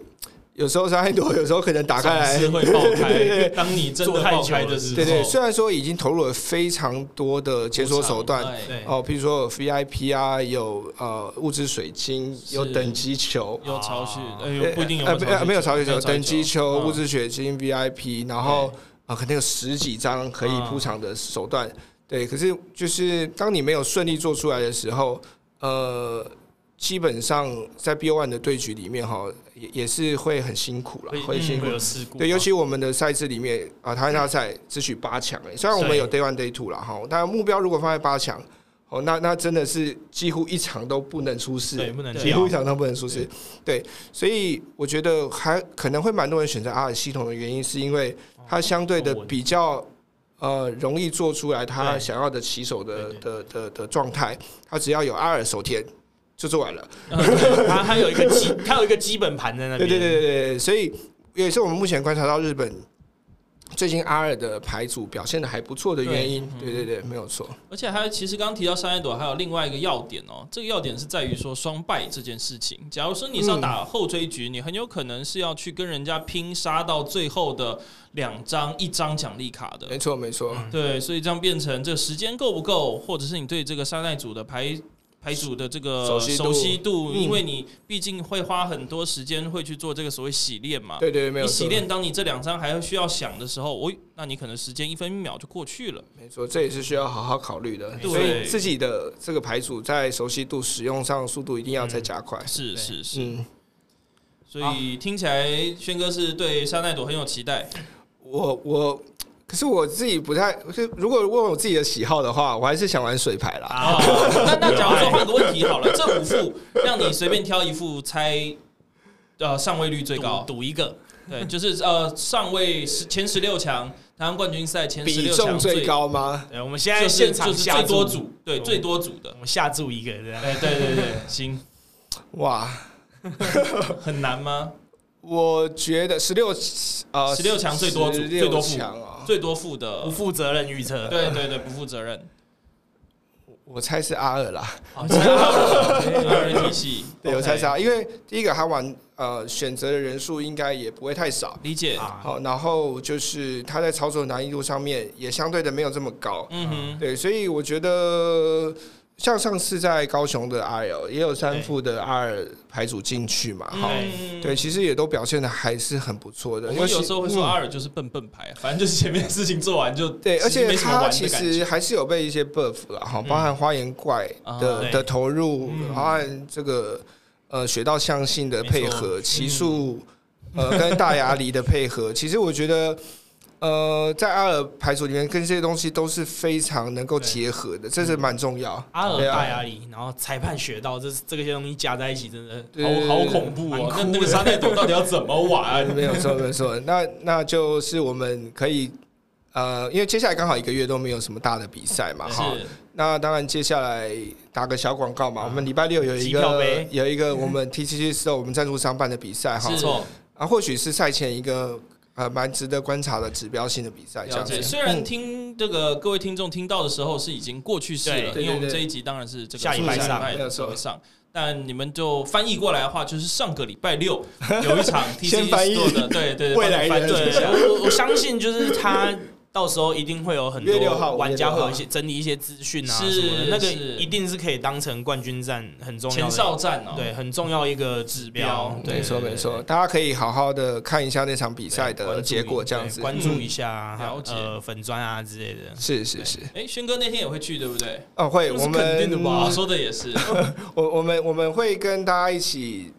Speaker 4: 有时候上海朵有时候可能打开来
Speaker 1: 总是会爆
Speaker 4: 对对
Speaker 1: 开。
Speaker 4: 对
Speaker 1: 当你真的
Speaker 2: 做太
Speaker 1: 爆
Speaker 2: 久了
Speaker 1: 开的时候，
Speaker 4: 对对，虽然说已经投入了非常多的解锁手段，
Speaker 1: 哎
Speaker 2: 对，
Speaker 4: 哦，譬如说有 VIP 啊，有呃物质水晶，有等级球，
Speaker 1: 有潮汐，
Speaker 2: 啊
Speaker 1: 哎呦，不一定有
Speaker 4: 呃不呃没有潮
Speaker 1: 潮汐
Speaker 4: 汐球，等
Speaker 2: 哦
Speaker 4: 级球、
Speaker 1: 嗯
Speaker 4: 物质水晶、VIP，然后啊可能有十几张可以铺场的手段，对。可是就是当你没有顺利做出来的时候，呃，基本上在 BO One 的对局里面哈，也也是会很辛苦了，会
Speaker 1: 嗯
Speaker 4: 辛苦
Speaker 2: 会。有事故，
Speaker 4: 对，尤其我们的赛制里面啊，台湾大赛只取八强哎，虽然我们有 Day One、Day Two 了哈，但目标如果放在八强，哦，那那真的是几乎一场都不能出
Speaker 2: 对啊
Speaker 4: 事，
Speaker 2: 不能
Speaker 1: 对
Speaker 4: 几乎
Speaker 2: 掉
Speaker 4: 一， 场都不能出事。对，所以我觉得还可能会蛮多人选择 R 系统的原因，是因为它相对的
Speaker 2: 哦
Speaker 4: 比较呃容易做出来他
Speaker 2: 对
Speaker 4: 想要的起手的
Speaker 2: 对
Speaker 4: 的的的状态，他只要有阿尔手贴就做完了。
Speaker 2: 它它有一 个基，它有一个基本盘在那
Speaker 4: 对
Speaker 2: 边，
Speaker 4: 对对对对，所以也是我们目前观察到日本最近阿尔的牌组表现的还不错的原因。对对
Speaker 1: 嗯
Speaker 4: 对，没有错。
Speaker 1: 而且还有，其实刚刚提到山一朵，还有另外一个要点哦。这个要点是在于说双败这件事情。假如说你是
Speaker 4: 嗯
Speaker 1: 要打后追局，你很有可能是要去跟人家拼杀到最后的两张一张奖励卡的
Speaker 4: 没。错没错，
Speaker 1: 对，所以这样变成这个时间够不够，或者是你对这个山奈组的牌牌组的这个
Speaker 4: 熟悉度
Speaker 1: 度
Speaker 4: 嗯
Speaker 1: 因为你毕竟会花很多时间会去做这个所谓洗练嘛。
Speaker 4: 对对对，没有
Speaker 1: 你
Speaker 4: 错
Speaker 1: 洗，练，当你这两张还需要想的时候，我那你可能时间一分一秒就过去了。
Speaker 4: 没错，这也是需要好好考虑的。
Speaker 1: 对
Speaker 4: 所以自己的这个牌组在熟悉度、使用上速度一定要再加快。
Speaker 1: 是是是。
Speaker 4: 嗯，
Speaker 1: 所以听起来轩哥是对沙奈朵很有期待，
Speaker 4: 我我。可是我自己不太，就如果问我自己的喜好的话，我还是想玩水牌啦。
Speaker 1: 啊。那那假如说换个问题好了，这五副让你随便挑一副猜，呃，上位率最高，
Speaker 2: 赌赌一个，
Speaker 1: 对，就是呃上位十前十六强，台湾冠军赛前十
Speaker 4: 比
Speaker 1: 六
Speaker 4: 重
Speaker 1: 强
Speaker 4: 最，高吗？
Speaker 2: 对，我们现
Speaker 1: 就
Speaker 2: 在
Speaker 1: 是
Speaker 2: 现
Speaker 1: 就
Speaker 2: 场
Speaker 1: 是
Speaker 2: 下
Speaker 1: 最多
Speaker 2: 注，
Speaker 1: 组，对，最多组的
Speaker 2: 我，们下注一个这样，
Speaker 1: 哎，对对对，行，
Speaker 4: 哇，
Speaker 1: 很难吗？
Speaker 4: 我觉得十六呃
Speaker 1: 16强最多组
Speaker 4: 16
Speaker 1: 最多副
Speaker 4: 强啊，
Speaker 1: 最多副的
Speaker 2: 不，负责任预测，
Speaker 1: 对对对，不负责任，
Speaker 4: 我猜是阿尔啦，
Speaker 1: 好，这 样 RT 系，
Speaker 4: 对，我
Speaker 1: OK，
Speaker 4: 猜是阿尔，因为第一个他玩呃选择的人数应该也不会太少，
Speaker 1: 理解，
Speaker 2: 啊，
Speaker 4: 好，然后就是他在操作难易度上面也相对的没有这么高，
Speaker 1: 嗯哼，
Speaker 4: 对，所以我觉得像上次在高雄的 RL 也有三副的 R 牌组进去嘛，哈，
Speaker 1: 嗯
Speaker 4: 对，其实也都表现的还是很不错的，
Speaker 1: 我们
Speaker 4: 尤其
Speaker 1: 有时候会说
Speaker 4: 嗯
Speaker 1: 阿尔就是笨笨牌，啊反正就是前面事情做完就
Speaker 4: 对，而且
Speaker 1: 没什么
Speaker 4: 他
Speaker 1: 玩
Speaker 4: 其
Speaker 1: 的感觉。
Speaker 4: 实还是有被一些 buff 了哈，包含花园怪
Speaker 1: 啊
Speaker 4: 的
Speaker 2: 对
Speaker 4: 的投入
Speaker 1: 嗯，
Speaker 4: 包含这个呃雪道象性的
Speaker 2: 没错
Speaker 4: 配合，奇数呃跟大牙狸的配合， 其实我觉得。呃，在阿尔排除里面，跟这些东西都是非常能够
Speaker 2: 对
Speaker 4: 结合的，这是蛮重要。
Speaker 2: 阿尔
Speaker 4: 对啊
Speaker 2: 大牙里，然后裁判学到这这个些东西加在一起，真的
Speaker 4: 对
Speaker 1: 好好恐怖哦！那那个沙袋斗到底要怎么
Speaker 2: 啊
Speaker 1: 玩？
Speaker 4: 没有错，没有错。那那就是我们可以，呃，因为接下来刚好一个月都没有什么大的比赛嘛，哈，
Speaker 1: 是
Speaker 4: 那当然，接下来打个小广告嘛。我们礼拜六有一
Speaker 2: 啊机票
Speaker 4: 个
Speaker 2: 呗
Speaker 4: 有一个我们 TCG 是我们赞助商办的比赛哈
Speaker 1: 是，错，
Speaker 4: 啊，或许是赛前一个呃蛮值得观察的指标性的比赛这
Speaker 1: 了
Speaker 4: 样子
Speaker 1: 解。。虽然
Speaker 4: 嗯
Speaker 1: 听这个各位听众听到的时候是已经过去式
Speaker 2: 对
Speaker 1: 了，
Speaker 4: 对
Speaker 1: 因为我们
Speaker 4: 对
Speaker 1: 这
Speaker 4: 对
Speaker 1: 一集当然是这个
Speaker 2: 下
Speaker 4: 礼拜上
Speaker 1: 礼
Speaker 4: 没有
Speaker 1: 拜
Speaker 4: 错
Speaker 1: 上。但你们就翻译过来的话，就是上个礼拜六 有一场 T C
Speaker 4: 先翻译
Speaker 1: 做的，对 对，对
Speaker 4: 未来
Speaker 1: 帮你翻
Speaker 4: 人
Speaker 1: 译一下
Speaker 2: 哎对，我我相信就是他到时候一定会有很
Speaker 4: 五月六号
Speaker 2: 多
Speaker 4: 五月
Speaker 2: 玩家
Speaker 4: 六
Speaker 2: 会
Speaker 4: 号
Speaker 2: 有一些整理一些资讯啊
Speaker 1: 是
Speaker 2: 什么的，那个
Speaker 1: 是
Speaker 2: 一定是可以当成冠军战很重要
Speaker 1: 前
Speaker 2: 的，
Speaker 1: 哨战哦，
Speaker 2: 对，很重要一个指标
Speaker 1: 标，
Speaker 2: 对
Speaker 4: 没错，
Speaker 2: 对
Speaker 4: 没
Speaker 2: 对
Speaker 4: 错，大家可以好好的看一下那场比赛
Speaker 2: 关
Speaker 4: 的
Speaker 2: 注
Speaker 4: 结果，
Speaker 2: 一
Speaker 4: 这样子
Speaker 2: 对。
Speaker 4: 嗯
Speaker 2: 关注一下
Speaker 1: 嗯了解
Speaker 2: 呃粉砖啊之类的。
Speaker 4: 是是是，
Speaker 1: 哎，轩哥那天也会去，对不对？
Speaker 4: 哦，会，
Speaker 2: 这是
Speaker 4: 我
Speaker 2: 肯定的
Speaker 4: 们
Speaker 2: 吧
Speaker 1: 哇，说的 也是，
Speaker 4: 我我们我们会跟大家一起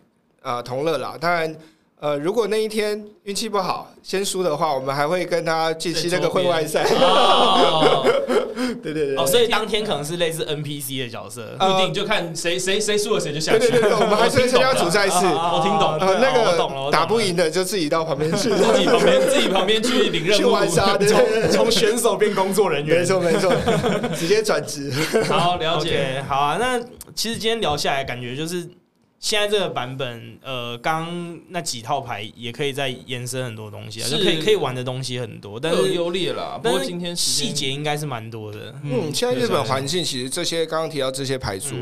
Speaker 4: 呃同乐啦。当然，呃，如果那一天运气不好先输的话，我们还会跟他进行那个会外 赛。
Speaker 1: 哦，
Speaker 4: 对对对
Speaker 2: 哦，所以当天可能是类似 NPC 的角色，
Speaker 1: 不一定就看谁谁谁输了谁就下
Speaker 4: 对
Speaker 1: 去。
Speaker 4: 对对对，我们还是会参加主
Speaker 1: 主
Speaker 4: 赛
Speaker 2: 啊
Speaker 4: 事。
Speaker 1: 我听懂
Speaker 4: 呃，那
Speaker 2: 哦我懂了我懂
Speaker 4: 个
Speaker 2: 了
Speaker 4: 打不赢的就自己到旁边 去，
Speaker 1: 自己旁边自己旁边去领任
Speaker 4: 去
Speaker 1: 务，
Speaker 4: 玩沙，对对对，
Speaker 2: 从选手变工作人
Speaker 4: 没
Speaker 2: 员。
Speaker 4: 错没错， 直接转职。
Speaker 1: 好了解。
Speaker 2: OK，好啊。那其实今天聊下来，感觉就是现在这个版本，呃，刚那几套牌也可以再延伸很多东西啊，
Speaker 1: 是
Speaker 2: 就可以可以玩的东西很多，但
Speaker 1: 各有
Speaker 2: 是
Speaker 1: 优劣啦，不
Speaker 2: 但
Speaker 1: 过
Speaker 2: 是
Speaker 1: 今天时间
Speaker 2: 细，节应该是蛮多的。
Speaker 4: 嗯，现在日本环境其实这些刚刚提到这些
Speaker 2: 嗯
Speaker 4: 牌组，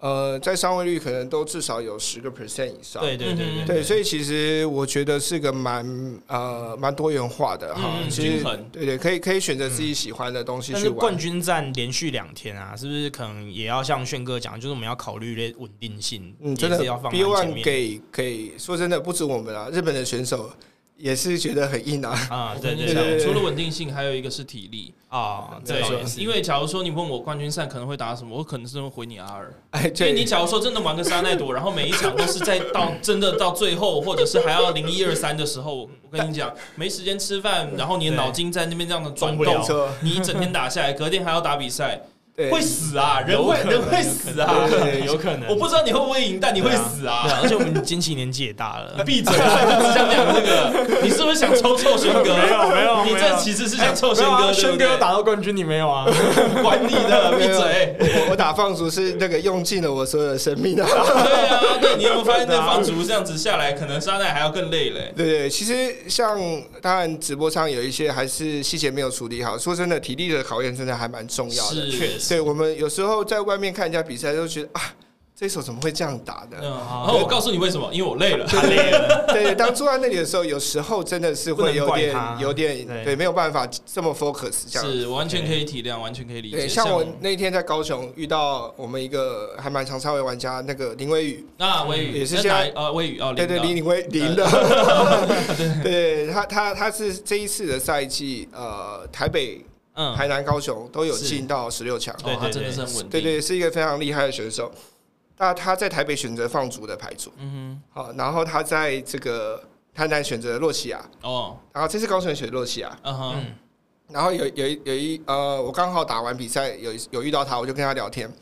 Speaker 4: 呃，在上位率可能都至少有十个 percent 以上。
Speaker 2: 对对对
Speaker 1: 嗯
Speaker 4: 对，所以其实我觉得是个蛮呃蛮多元化的哈
Speaker 1: 嗯，嗯
Speaker 4: 其实
Speaker 1: 均衡嗯
Speaker 4: 对对，可以可以选择自己喜欢的东西
Speaker 2: 但
Speaker 4: 去
Speaker 2: 是
Speaker 4: 玩
Speaker 2: 冠。军战连续两天啊，是不是可能也要像炫哥讲，就是我们要考虑类稳定性，
Speaker 4: 嗯，真
Speaker 2: 也
Speaker 4: 的
Speaker 2: 是要放在
Speaker 4: ，B
Speaker 2: 前
Speaker 4: One
Speaker 2: 面
Speaker 4: 给给说真的不止我们啊，日本的选手也是觉得很硬啊。
Speaker 2: 啊，
Speaker 1: 我
Speaker 2: 对
Speaker 1: 跟
Speaker 2: 对
Speaker 1: 你
Speaker 2: 对
Speaker 1: 讲，
Speaker 4: 对
Speaker 1: 除了稳定性，还有一个是体力。
Speaker 2: 啊，这
Speaker 1: 对
Speaker 2: 倒也，是
Speaker 1: 因为假如说你问我冠军赛可能会打什么，我可能真的会回你阿尔。
Speaker 4: 哎，
Speaker 1: 所以你
Speaker 4: 对，
Speaker 1: 假如说真的玩个沙奈朵，然后每一场都是在到真的到最后，或者是还要零一二三的时候，我跟你讲，没时间吃饭，然后你的脑筋在那边这样的转
Speaker 2: 动不
Speaker 4: 没
Speaker 1: 动
Speaker 2: 了，
Speaker 4: 错，
Speaker 1: 你一整天打下来，隔天还要打比赛，
Speaker 4: 对，
Speaker 1: 会死啊，人会
Speaker 2: 有可能
Speaker 1: 人会死啊
Speaker 2: 有可，
Speaker 4: 对
Speaker 2: 能有 可能，
Speaker 1: 我不知道你会不会赢，但你会死
Speaker 2: 对
Speaker 1: 啊。，
Speaker 2: 啊，而且我们经纪年纪也大了
Speaker 1: 闭嘴！ 只想讲这个，你是不是想抽臭轩哥？
Speaker 2: 没有没有
Speaker 1: 你
Speaker 2: 没
Speaker 1: 这
Speaker 2: 有
Speaker 1: 其实是想抽
Speaker 2: 没
Speaker 1: 轩
Speaker 2: 有
Speaker 1: 哥，
Speaker 2: 啊
Speaker 1: 对不
Speaker 2: 轩
Speaker 1: 对
Speaker 2: 哥打到冠军，你没有啊？
Speaker 1: 管你的， 闭嘴！
Speaker 4: 我我打放逐是那个用尽了我所有的生命 啊。
Speaker 1: 对啊，对，你有没有发现那放逐这样子下来，可能沙奈还要更累嘞？
Speaker 4: 对对，其实像当然直播上有一些还是细节没有处理好，说真的，体力的考验真的还蛮 重要的。
Speaker 1: 是，
Speaker 4: 对我们有时候在外面看人家比赛，都觉得啊，这手怎么会这样打
Speaker 1: 嗯，
Speaker 4: 的？
Speaker 1: 然后我告诉你为什么，因为我累了。
Speaker 2: 太累了，
Speaker 4: 对，当坐在那里的时候，有时候真的是会有
Speaker 2: 不能怪
Speaker 4: 点
Speaker 2: 他
Speaker 4: 有点
Speaker 2: 对
Speaker 4: 对，没有办法这么 focus 这样。
Speaker 1: 是，完全可以体谅，完全可以理解。
Speaker 4: 啊对，像我那天在高雄遇到我们一个还蛮常上位玩家，那个林威宇，
Speaker 1: 那微雨
Speaker 4: 也是
Speaker 1: 那
Speaker 4: 现在
Speaker 1: 哪呃微雨哦，
Speaker 4: 对对，
Speaker 1: 领导
Speaker 4: 林林威林的，对他他他是这一次的赛季，呃，台北
Speaker 2: 嗯，
Speaker 4: 台南、高雄都有
Speaker 1: 是
Speaker 4: 进到十六强。
Speaker 1: 哦，他
Speaker 2: 对对
Speaker 1: 真的
Speaker 2: 对
Speaker 1: 是很稳定。
Speaker 4: 对，对，是一个非常厉害的选手。那他在台北选择放逐的牌组，
Speaker 1: 嗯
Speaker 4: 好，然后他在这个台南选择洛奇亚，
Speaker 1: 哼，哦，
Speaker 4: 然后这次高雄选择洛奇亚，
Speaker 1: 嗯哼，
Speaker 2: 嗯
Speaker 4: 然后有有一有一呃，我刚好打完比赛，有一有遇到他，我就跟他聊天，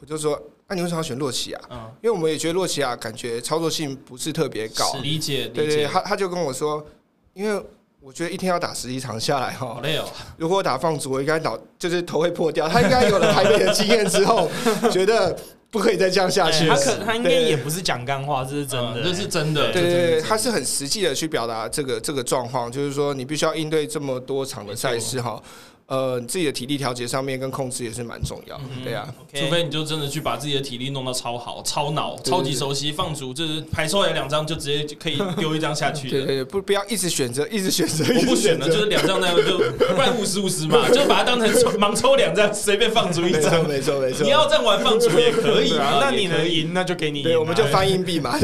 Speaker 4: 我就说，那、你为什么要选洛奇亚？啊
Speaker 1: 嗯，
Speaker 4: 因为我们也觉得洛奇亚感觉操作性不是特别高啊
Speaker 1: 是，理解
Speaker 4: 对
Speaker 1: 理
Speaker 4: 对，
Speaker 1: 解，
Speaker 4: 他他就跟我说，因为我觉得一天要打十一场下来哈
Speaker 1: 好，累哦，
Speaker 4: 如果我打放逐，我应该脑就是头会破掉。他应该有了台北的经验之后，觉得不可以再这样下去
Speaker 2: 哎
Speaker 4: 了。
Speaker 2: 他可他应该
Speaker 4: 对
Speaker 2: 也不是讲干话，这是真的，
Speaker 1: 嗯这是真的，
Speaker 4: 对对
Speaker 1: 这真的
Speaker 4: 对，
Speaker 1: 是
Speaker 4: 他是很实际的去表达这个这个状况，就是说你必须要应对这么多场的赛事哈，呃，你自己的体力调节上面跟控制也是蛮重要
Speaker 1: 嗯
Speaker 4: 的，对啊，
Speaker 1: 除非你就真的去把自己的体力弄到超好、超脑、
Speaker 4: 对
Speaker 1: 超级熟悉，放逐就是排出来两张就直接就可以丢一张下去
Speaker 4: 对
Speaker 1: 的
Speaker 4: 对。对，不不要一直选择，一直选择，
Speaker 1: 我不
Speaker 4: 一直
Speaker 1: 选了，就是两张那样就不然五十五十 嘛，就把它当成抽盲抽两张，随便放逐一
Speaker 4: 没错
Speaker 1: 张。
Speaker 4: 没错没错
Speaker 1: 你，要这样玩放逐也可 以
Speaker 2: 对啊
Speaker 1: 嘛，
Speaker 2: 那你
Speaker 1: 也可
Speaker 2: 能
Speaker 1: 以
Speaker 2: 赢，那就给你赢啊，
Speaker 4: 对，我们就翻硬 币嘛，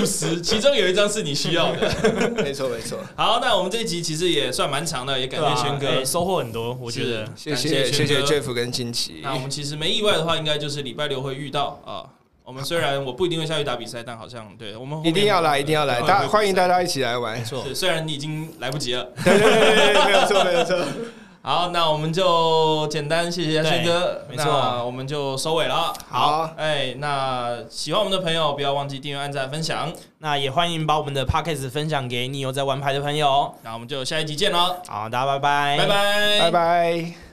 Speaker 1: 五十，其中有一张是你需要的。
Speaker 4: 没错没错，
Speaker 1: 好，那我们这一集其实也算蛮长的，也感
Speaker 2: 对啊
Speaker 1: 谢轩
Speaker 2: 哎
Speaker 1: 哥，
Speaker 2: 收获很多，我觉得
Speaker 4: 谢
Speaker 1: 感谢
Speaker 4: 谢谢谢
Speaker 1: 轩哥
Speaker 4: Jeff 跟金奇，
Speaker 1: 那我们其实没意外的话，应该就是礼拜六会遇到啊。我们虽然我不一定会下去打比赛，但好像对我们后面
Speaker 4: 一定要来一定要来，
Speaker 1: 对
Speaker 4: 大
Speaker 1: 会
Speaker 4: 欢迎大家一起来玩
Speaker 2: 没，错。
Speaker 1: 是，虽然你已经来不及 了。
Speaker 4: 对对对对，没有错没有错。
Speaker 1: 好，那我们就简单谢谢轩哥，
Speaker 2: 对没错
Speaker 1: 那我们就收尾了。
Speaker 4: 好
Speaker 1: 哎，那喜欢我们的朋友不要忘记订阅、按赞、分享。
Speaker 2: 那也欢迎把我们的 podcast 分享给你有在玩牌的朋友。
Speaker 1: 那我们就下一集见喽，
Speaker 2: 好，大家拜
Speaker 1: 拜拜，
Speaker 4: 拜。拜。